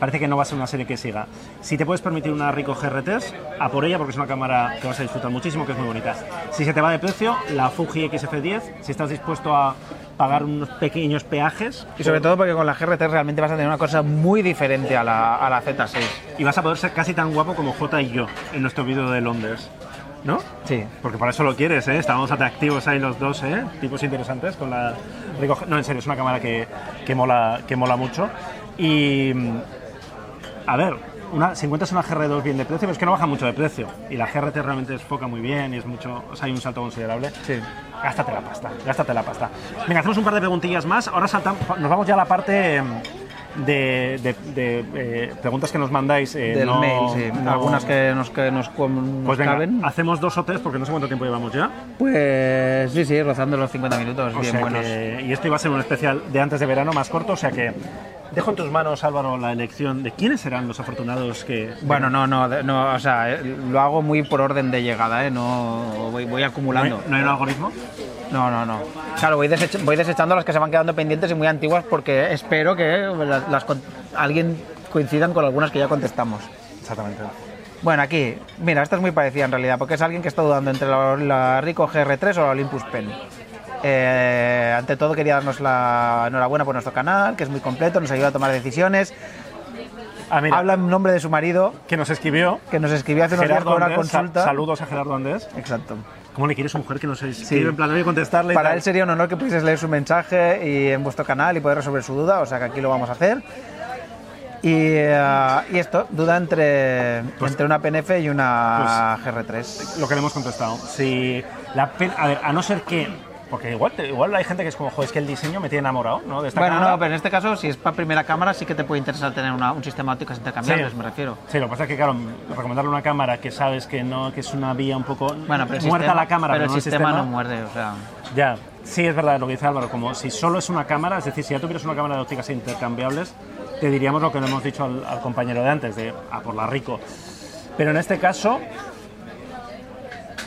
B: parece que no va a ser una serie que siga. Si te puedes permitir una Rico GR3, a por ella porque es una cámara que vas a disfrutar muchísimo, que es muy bonita. Si se te va de precio, la Fuji XF10, si estás dispuesto a pagar unos pequeños peajes,
C: Y sobre todo porque con la GR3 realmente vas a tener una cosa muy diferente a la, a la Z6.
B: Y vas a poder ser casi tan guapo como J y yo en nuestro vídeo de Londres. ¿No?
C: Sí.
B: Porque para eso lo quieres, ¿eh? Estábamos atractivos ahí los dos, ¿eh? Tipos interesantes con la... Rico- No, en serio, es una cámara que, que mola, que mola mucho. Y... mm, A ver, una, si encuentras una GR2 bien de precio, pero es que no baja mucho de precio. Y la GRT realmente enfoca muy bien y es mucho... O sea, hay un salto considerable.
C: Sí.
B: Gástate la pasta, gástate la pasta. Venga, hacemos un par de preguntillas más. Ahora saltamos, nos vamos ya a la parte em, de, de- de, eh, preguntas que nos mandáis. eh,
C: Del
B: no-
C: mail, sí.
B: no-
C: Algunas que nos, que nos, cu- nos
B: Pues venga,
C: caben.
B: hacemos dos o tres porque no sé cuánto tiempo llevamos ya.
C: Pues sí, sí, rozando los 50 minutos,
B: O
C: bien
B: sea
C: buenos.
B: que- y esto iba a ser un especial de antes de verano más corto, o sea que Dejo en tus manos, Álvaro, la elección de quiénes serán los afortunados que...
C: Bueno, no, no, de- no, o sea, eh, lo hago muy por orden de llegada, ¿eh? No voy, voy
B: ¿No hay,
C: acumulando.
B: no hay un algoritmo?
C: No, no, no. Claro, voy, desech- voy desechando las que se van quedando pendientes y muy antiguas porque espero que las, las con- alguien coincidan con algunas que ya contestamos.
B: Exactamente.
C: Bueno, aquí, mira, esta es muy parecida en realidad, porque es alguien que está dudando entre la, la Rico GR3 o la Olympus Pen. Eh, ante todo quería darnos la enhorabuena por nuestro canal, que es muy completo, nos ayuda a tomar decisiones.
B: Ah, mira,
C: Habla en nombre de su marido,
B: que nos escribió
C: que nos escribió hace unos días
B: Gerardo
C: con una
B: Andés. Sa-
C: consulta.
B: Saludos a Gerardo Andés.
C: Exacto.
B: ¿Cómo le quieres a una mujer que nos escribe en plan, voy a contestarle? y
C: Para
B: tal?
C: él sería un honor que pudieses leer su mensaje y en vuestro canal y poder resolver su duda, o sea que aquí lo vamos a hacer. Y, eh, y esto, duda entre,
B: Pues-
C: entre una PNF y una GR3.
B: lo que le hemos contestado. Si la pe- a ver, a no ser que. Porque igual, te- igual hay gente que es como, joder, es que el diseño me tiene enamorado, ¿no? De esta
C: Bueno,
B: cámara".
C: no, pero en este caso, si es para primera cámara, sí que te puede interesar tener una- un sistema óptico intercambiables,
B: Sí.
C: pues me refiero.
B: Sí, lo que pasa es que, claro, recomendarle una cámara que sabes que no que es una vía un poco
C: Bueno, pero el
B: muerta
C: sistema-
B: la cámara,
C: pero el
B: no
C: sistema, no muerde, o sea.
B: Ya, sí, es verdad lo que dice Álvaro, como si solo es una cámara, es decir, si ya tuvieras una cámara de ópticas intercambiables, te diríamos lo que le hemos dicho al, al compañero de antes, de a por la rico. Pero en este caso. ya.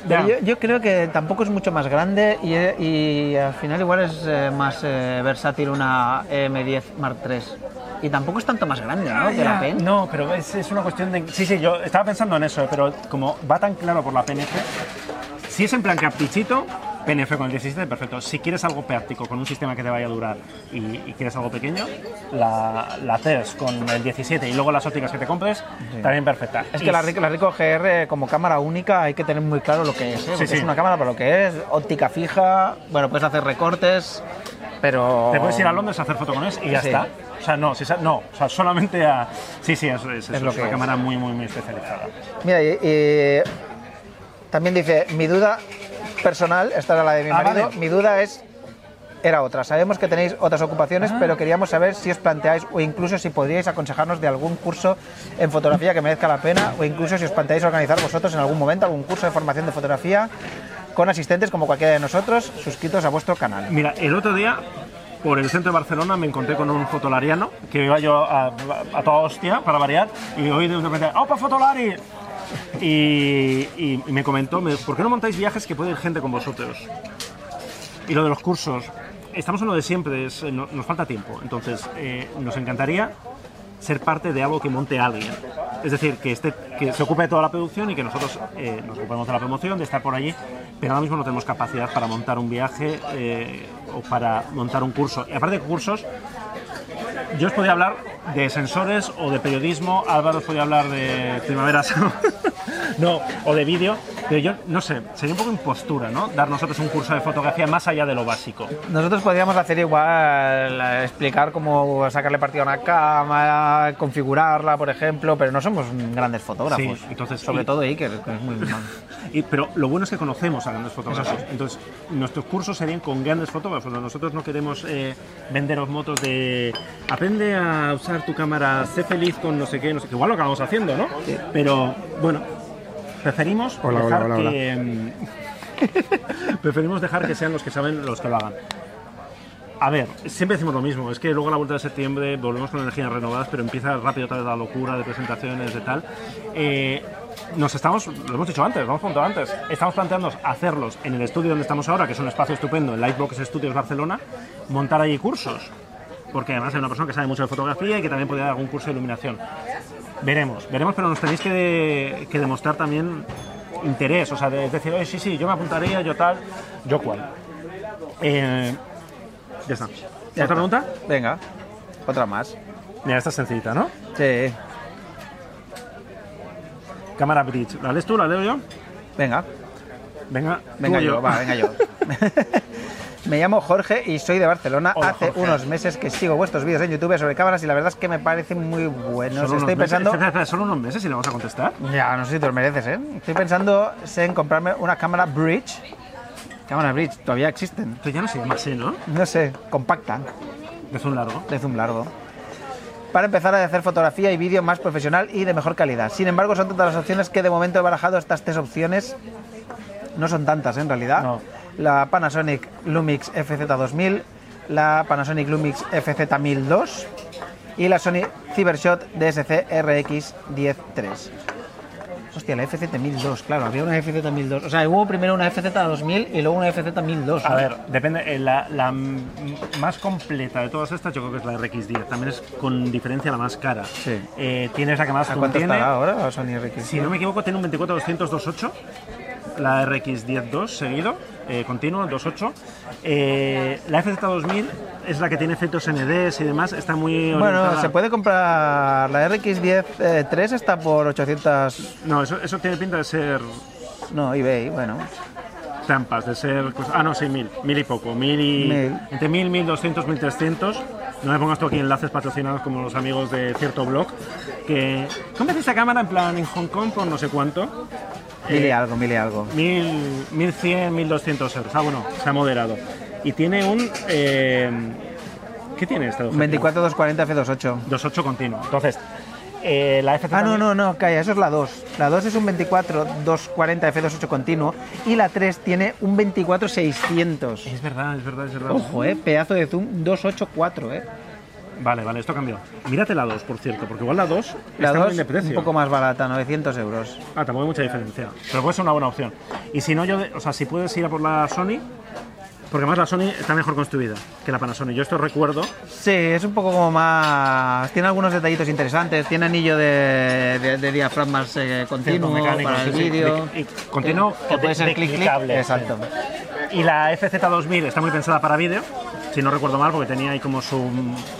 C: Pero Yo, yo creo que tampoco es mucho más grande y, eh, y al final igual es eh, más eh, versátil una M10 Mark III. Y tampoco es tanto más grande, ¿no? Que la
B: Ya,
C: Pen.
B: No, pero es, es una cuestión de... Sí, sí, yo estaba pensando en eso, eh, pero como va tan claro por la PNF, si es en plan caprichito, PNF con el 17, perfecto. Si quieres algo práctico, con un sistema que te vaya a durar y, y quieres algo pequeño, la, la CES con el 17 y luego las ópticas que te compres, también perfecta.
C: Es
B: Y
C: que la
B: si-
C: Rico, la Ricoh GR eh, como cámara única hay que tener muy claro lo que es, ¿eh? Porque
B: sí.
C: es una cámara para lo que es, óptica fija, bueno, puedes hacer recortes, pero...
B: Te puedes ir a Londres a hacer foto con ellos y ya
C: Sí.
B: está. O sea, no, si sa- no, o sea, solamente a... Sí, sí, eso es, eso
C: Es lo
B: es
C: que
B: una
C: es.
B: cámara muy, muy, muy especializada.
C: Mira, y, y también dice, mi duda personal, esta era la de mi
B: Ah,
C: marido,
B: vale.
C: mi duda es, era otra. Sabemos que tenéis otras ocupaciones,
B: Ah.
C: pero queríamos saber si os planteáis o incluso si podríais aconsejarnos de algún curso en fotografía que merezca la pena o incluso si os planteáis organizar vosotros en algún momento algún curso de formación de fotografía con asistentes como cualquiera de nosotros suscritos a vuestro canal.
B: Mira, el otro día por el centro de Barcelona me encontré con un fotolariano que iba yo a, a toda hostia para variar y hoy de repente ¡Opa, fotolari! Y, y- y me comentó, me dijo, ¿por qué no montáis viajes que puede ir gente con vosotros? Y lo de los cursos, estamos en lo de siempre, es- no- nos falta tiempo, entonces eh, nos encantaría ser parte de algo que monte alguien. Es decir, que, esté, que se ocupe de toda la producción y que nosotros eh, nos ocupemos de la promoción, de estar por allí, pero ahora mismo no tenemos capacidad para montar un viaje eh, o para montar un curso. Y aparte de cursos, yo os podía hablar de sensores o de periodismo, Álvaro os podía hablar de primavera, Sound, no, o de vídeo, pero yo no sé, sería un poco impostura, ¿no? Dar nosotros un curso de fotografía más allá de lo básico.
C: Nosotros podríamos hacer igual, eh, explicar cómo sacarle partido a una cámara, configurarla, por ejemplo, pero no somos grandes fotógrafos.
B: Sí, entonces,
C: Sobre
B: y-
C: todo Iker, que es muy malo.
B: Y- pero lo bueno es que conocemos a grandes fotógrafos. Entonces, nuestros cursos serían con grandes fotógrafos. No- Nosotros no queremos eh, venderos motos de aprende a usar tu cámara, sé feliz con no sé qué, no sé qué. Igual lo acabamos haciendo, ¿no? Pero bueno, preferimos
H: Hola, hola,
B: dejar
H: hola, hola.
B: que. mm, preferimos dejar que sean los que saben los que lo hagan. A ver, siempre decimos lo mismo, es que luego a la vuelta de septiembre volvemos con energías renovadas, pero empieza rápido otra vez la locura de presentaciones, de tal. Eh, nos estamos, lo hemos dicho antes, lo hemos contado antes, estamos planteándonos hacerlos en el estudio donde estamos ahora, que es un espacio estupendo, en Lightbox Studios Barcelona, montar allí cursos, porque además hay una persona que sabe mucho de fotografía y que también puede dar algún curso de iluminación. Veremos, veremos, pero nos tenéis que, de- que demostrar también interés, o sea, de- es decir, oye, sí, sí, yo me apuntaría, yo tal, yo cual. Eh, ya está.
C: Ya
B: ¿Otra
C: está.
B: pregunta?
C: Venga, otra más.
B: Mira, esta es sencillita, ¿no?
C: Sí,
B: Cámara Bridge. ¿La lees tú? ¿La leo yo?
C: venga,
B: Venga, tú
C: venga
B: o
C: yo, va, venga yo. Me llamo Jorge y soy de Barcelona.
B: Hola,
C: Hace
B: Jorge.
C: unos meses que sigo vuestros vídeos en YouTube sobre cámaras y la verdad es que me parecen muy buenos.
B: Solo unos
C: Estoy
B: meses-
C: pensando...
B: espera, espera, solo unos meses y le vamos a contestar.
C: Ya, no sé si te lo mereces, ¿eh? Estoy pensando en comprarme una cámara Bridge. Cámara Bridge, todavía existen.
B: Esto ya no se llama así, ¿no?
C: No sé, compacta,
B: Es un largo.
C: de zoom largo. Para empezar a hacer fotografía y vídeo más profesional y de mejor calidad. Sin embargo, son tantas las opciones que de momento he barajado estas tres opciones. No son tantas, ¿eh? en realidad.
B: No.
C: La Panasonic Lumix FZ2000, la Panasonic Lumix FZ1002 y la Sony Cybershot DSC RX103.
D: Hostia, la FZ1002, claro, había una FZ1002. O sea, hubo primero una FZ2000 y luego una FZ1002.
B: A ver, depende. eh, La, la m- más completa de todas estas, yo creo que es la RX10. También es con diferencia la más cara.
C: Sí.
B: Eh, tienes la que más
C: ¿A cuánto
B: contiene.
C: está ahora la Sony RX?
B: Si no me equivoco, tiene un 24228, la RX102 seguido, eh, continuo, 28. Eh, la FZ2000 es la que tiene efectos NDs y demás, está muy
C: Bueno,
B: orientada-
C: se puede comprar la RX10 eh, 3 está por 800
B: No, eso, eso tiene pinta de ser
C: no, eBay, bueno.
B: trampas, de ser... cosas- Ah, no, sí, mil, mil y poco, mil y...
C: Mil.
B: Entre mil, mil doscientos, mil trescientos. No me pongas tú aquí enlaces patrocinados como los amigos de cierto blog, que... Cómprate esta cámara en plan en Hong Kong por no sé cuánto.
C: Mil y
B: Eh,
C: algo, mil y algo.
B: 1000, 1100, 1200 euros. Ah, bueno, se ha moderado. Y tiene un. eh, ¿Qué tiene esta?
C: Un 24240 F28.
B: 28 continuo. Entonces, eh, la FZ.
C: Ah, no,
B: también-
C: no, no, calla, eso es la 2. La 2 es un 24240 F28 continuo y la 3 tiene un 24600.
B: Es verdad, es verdad, es verdad.
D: Ojo, eh, pedazo de zoom 284, eh.
B: Vale, vale, esto ha cambiado. Mírate la 2, por cierto, porque igual la 2
C: La
B: está muy
C: 2
B: de
C: un
B: precio.
C: poco más barata, 900 euros.
B: Ah, tampoco hay mucha diferencia. Pero puede ser una buena opción. Y si no, yo. de- O sea, si puedes ir a por la Sony. Porque además la Sony está mejor construida que la Panasonic. Yo esto recuerdo.
C: Sí, es un poco como más. Tiene algunos detallitos interesantes. Tiene anillo de, de, de diafragmas eh, continuo
B: mecánico,
C: para el
B: sí, sí.
C: vídeo.
B: De- y continuo
C: Que
B: o
C: puede
B: de-
C: ser clic, clic.
B: clicable,
C: Exacto.
B: Y la FZ2000 está muy pensada para vídeo, si no recuerdo mal, porque tenía ahí como su,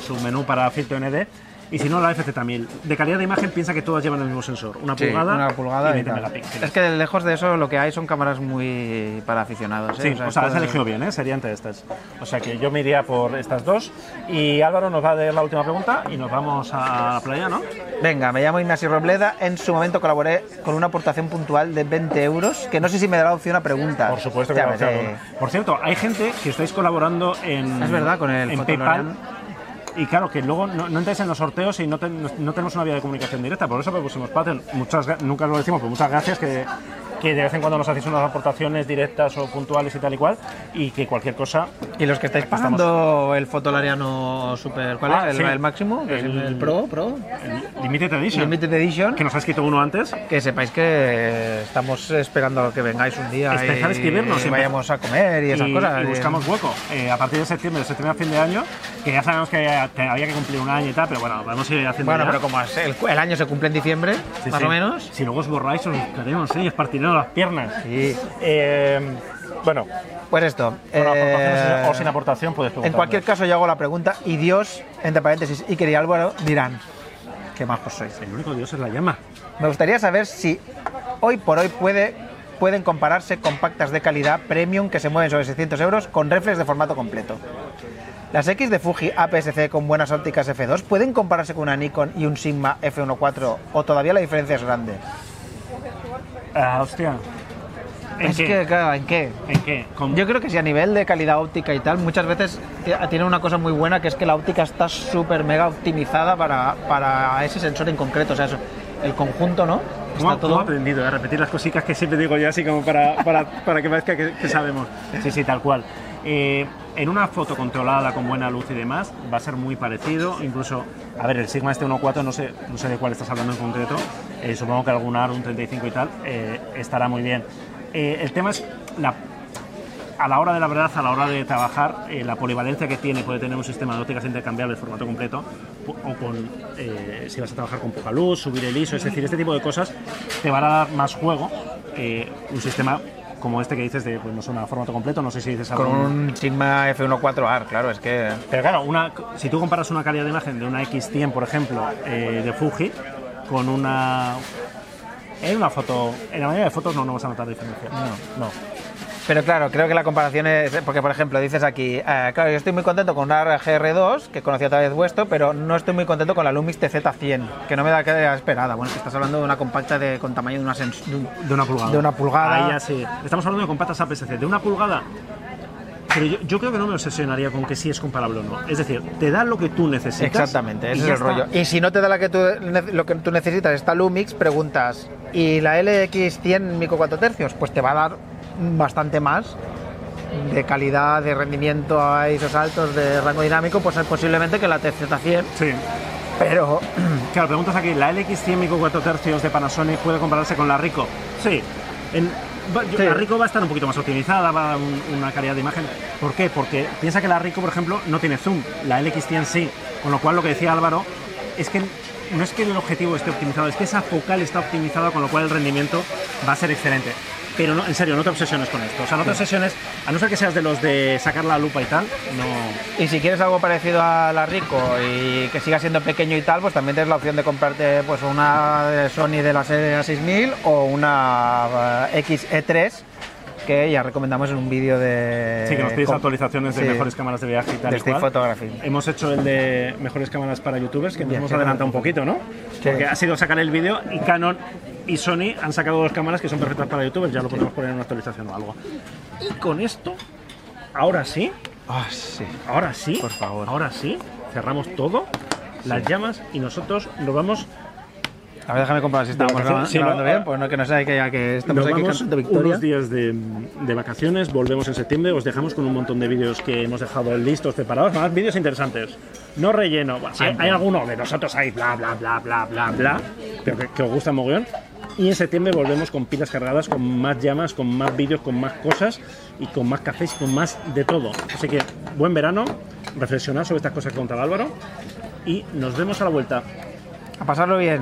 B: su menú para filtro ND. Y si no, la FZ1000. De calidad de imagen, piensa que todas llevan el mismo sensor. Una
C: Sí,
B: pulgada,
C: una
B: y
C: pulgada y
B: 20
C: tal.
B: megapíxeles.
C: Es que lejos de eso lo que hay son cámaras muy para aficionados. ¿eh?
B: Sí, o sea,
C: esto
B: has
C: es-
B: elegido bien, ¿eh? sería entre estas. O sea que yo me iría por estas dos. Y Álvaro nos va a dar la última pregunta y nos vamos a la playa, ¿no?
C: Venga, me llamo Ignacio Robleda. En su momento colaboré con una aportación puntual de 20 euros, que no sé si me dará opción a preguntas.
B: Por supuesto que
C: Ya
B: lo
C: veré.
B: hacemos. Por cierto, hay gente que estáis colaborando en.
C: Es verdad, con el
B: en PayPal.
C: Fotolorian.
B: Y claro, que luego no, no entráis en los sorteos y no, ten- no- no tenemos una vía de comunicación directa. Por eso propusimos Patreon. Muchas, gra- nunca lo decimos, pero muchas gracias que, que de vez en cuando nos hacéis unas aportaciones directas o puntuales y tal y cual. Y que cualquier cosa.
D: Y los que estáis
B: Estamos-
D: pagando el fotolariano super, ¿cuál
B: Ah,
D: es?
B: sí.
D: ¿El, el máximo? que es
B: El-
D: El, el Pro, Pro,
B: el Limited Edition.
D: Limited Edition.
B: Que nos ha escrito uno antes.
D: Que sepáis que estamos esperando a que vengáis un día
B: Empezar a escribirnos,
D: y
B: siempre.
D: vayamos a comer y esas cosas.
B: y buscamos hueco eh, a partir de septiembre, de septiembre a fin de año, que ya sabemos que, que había que cumplir un año y tal, pero bueno, vamos a ir haciendo.
D: Bueno,
B: ya.
D: pero como es- el, el año se cumple en diciembre,
B: Sí,
D: más
B: sí.
D: o menos.
B: Si luego os borráis, os buscaremos, ¿eh? Y os partiremos las piernas.
C: Sí.
B: Eh, bueno,
C: Pues esto.
B: con aportaciones
C: eh,
B: o sin aportación puedes preguntar.
C: en cualquier caso, yo hago la pregunta y Dios, entre paréntesis, Iker y Álvaro dirán qué majos sois.
B: El único dios es la llama.
C: Me gustaría saber si hoy por hoy puede, pueden compararse compactas de calidad premium que se mueven sobre 600 euros con reflex de formato completo. Las X de Fuji APS-C con buenas ópticas F2 pueden compararse con una Nikon y un Sigma F1.4 o todavía la diferencia es grande.
B: Ah, hostia. ¿En
D: es
B: qué?
D: que, claro, ¿en qué?
B: ¿En qué? Con-
D: Yo creo que si a nivel de calidad óptica y tal, muchas veces t- tiene una cosa muy buena que es que la óptica está súper mega optimizada para, para ese sensor en concreto. O sea, eso, el conjunto, ¿no?
B: ¿Cómo,
D: Está
B: cómo he
D: todo.
B: aprendido a ¿eh? repetir las cositas que siempre digo yo así como para, para, para que parezca que, que sabemos? Sí, sí, tal cual. Eh, en una foto controlada con buena luz y demás va a ser muy parecido, incluso, a ver, el Sigma este 1.4, no sé, no sé de cuál estás hablando en concreto, eh, supongo que algún AR, un 35 y tal, eh, estará muy bien. Eh, el tema es la a la hora de la verdad, a la hora de trabajar, eh, la polivalencia que tiene, puede tener un sistema de ópticas intercambiables, formato completo, pu- o con, eh, si vas a trabajar con poca luz, subir el ISO, es decir, este tipo de cosas te van a dar más juego eh, un sistema como este que dices de, pues no es un formato completo, no sé si dices
C: Con
B: algún-
C: un Sigma F1.4R, claro, es que...
B: Pero claro, una, si tú comparas una calidad de imagen de una X100, por ejemplo, eh, de Fuji, con una... En una foto, en la mayoría de fotos no, no vas a notar diferencia. No, no.
C: Pero claro, creo que la comparación es... Porque, por ejemplo, dices aquí, eh, claro, yo estoy muy contento con una GR2, que conocía a través vuestro, pero no estoy muy contento con la Lumix TZ100, que no me da que la esperada. Bueno, es que estás hablando de una compacta de, con tamaño de una sens- de un-
B: De una pulgada.
C: De una pulgada.
B: Ahí ya sí. Estamos hablando de compatas APS-C. De una pulgada. Pero yo, yo creo que no me obsesionaría con que si es comparable o no. Es decir, te da lo que tú necesitas.
C: Exactamente,
B: y
C: ese es
B: ya
C: el
B: está.
C: rollo. Y si no te da la que tú, nece- lo que tú necesitas, esta Lumix, preguntas, ¿y la LX100 micro 4 tercios? Pues te va a dar bastante más de calidad, de rendimiento a esos altos, de rango dinámico, pues posiblemente que la TZ100,
B: Sí.
C: Pero
B: Claro, preguntas aquí, ¿la LX100 Mico 4 tercios de Panasonic puede compararse con la Rico? Sí. En- va- yo-
D: Sí.
B: La Rico va a estar un poquito más optimizada, va a dar un- una calidad de imagen. ¿Por qué? Porque piensa que la Rico, por ejemplo, no tiene zoom, la LX100 sí. Con lo cual, lo que decía Álvaro es que no es que el objetivo esté optimizado, es que esa focal está optimizada, con lo cual el rendimiento va a ser excelente. Pero no, en serio, no te obsesiones con esto. O sea, no te obsesiones, a no ser que seas de los de sacar la lupa y tal, no.
C: Y si quieres algo parecido a la Rico y que siga siendo pequeño y tal, pues también tienes la opción de comprarte pues una de Sony de la serie 6000 o una eh, XE3 que ya recomendamos en un vídeo de
B: Sí, que nos pides
C: Eh, con-
B: actualizaciones de
C: sí,
B: mejores cámaras de viaje y tal.
C: de
B: y
C: Steve
B: cual.
C: Photography.
B: Hemos hecho el de mejores cámaras para youtubers, que nos
C: Ya,
B: hemos
C: sí,
B: adelantado un
C: bueno.
B: poquito, ¿no?
C: Sí.
B: Porque ha sido sacar el vídeo y Canon y Sony han sacado dos cámaras que son perfectas para youtubers, ya lo podemos poner en una actualización o algo. Y con esto, ahora sí,
C: Ah, sí.
B: ahora sí,
C: Por favor.
B: ahora sí, cerramos todo, las llamas y nosotros nos vamos,
C: A ver, déjame comprobar si estamos
B: vacaciones,
C: grabando,
B: sí, ¿no?
C: grabando bien, pues no que no sea que ya que estamos
B: nos
C: aquí
B: vamos
C: cantando
B: unos
C: victoria.
B: días de, de vacaciones, volvemos en septiembre, os dejamos con un montón de vídeos que hemos dejado listos, preparados, más vídeos interesantes. No relleno, Bueno, hay, hay alguno de nosotros ahí, bla, bla, bla, bla, bla, bla, pero que, que os gusta mogollón. Y en septiembre volvemos con pilas cargadas, con más llamas, con más vídeos, con más cosas y con más cafés, con más de todo. Así que buen verano, reflexionad sobre estas cosas que contaba Álvaro y nos vemos a la vuelta.
C: A pasarlo bien.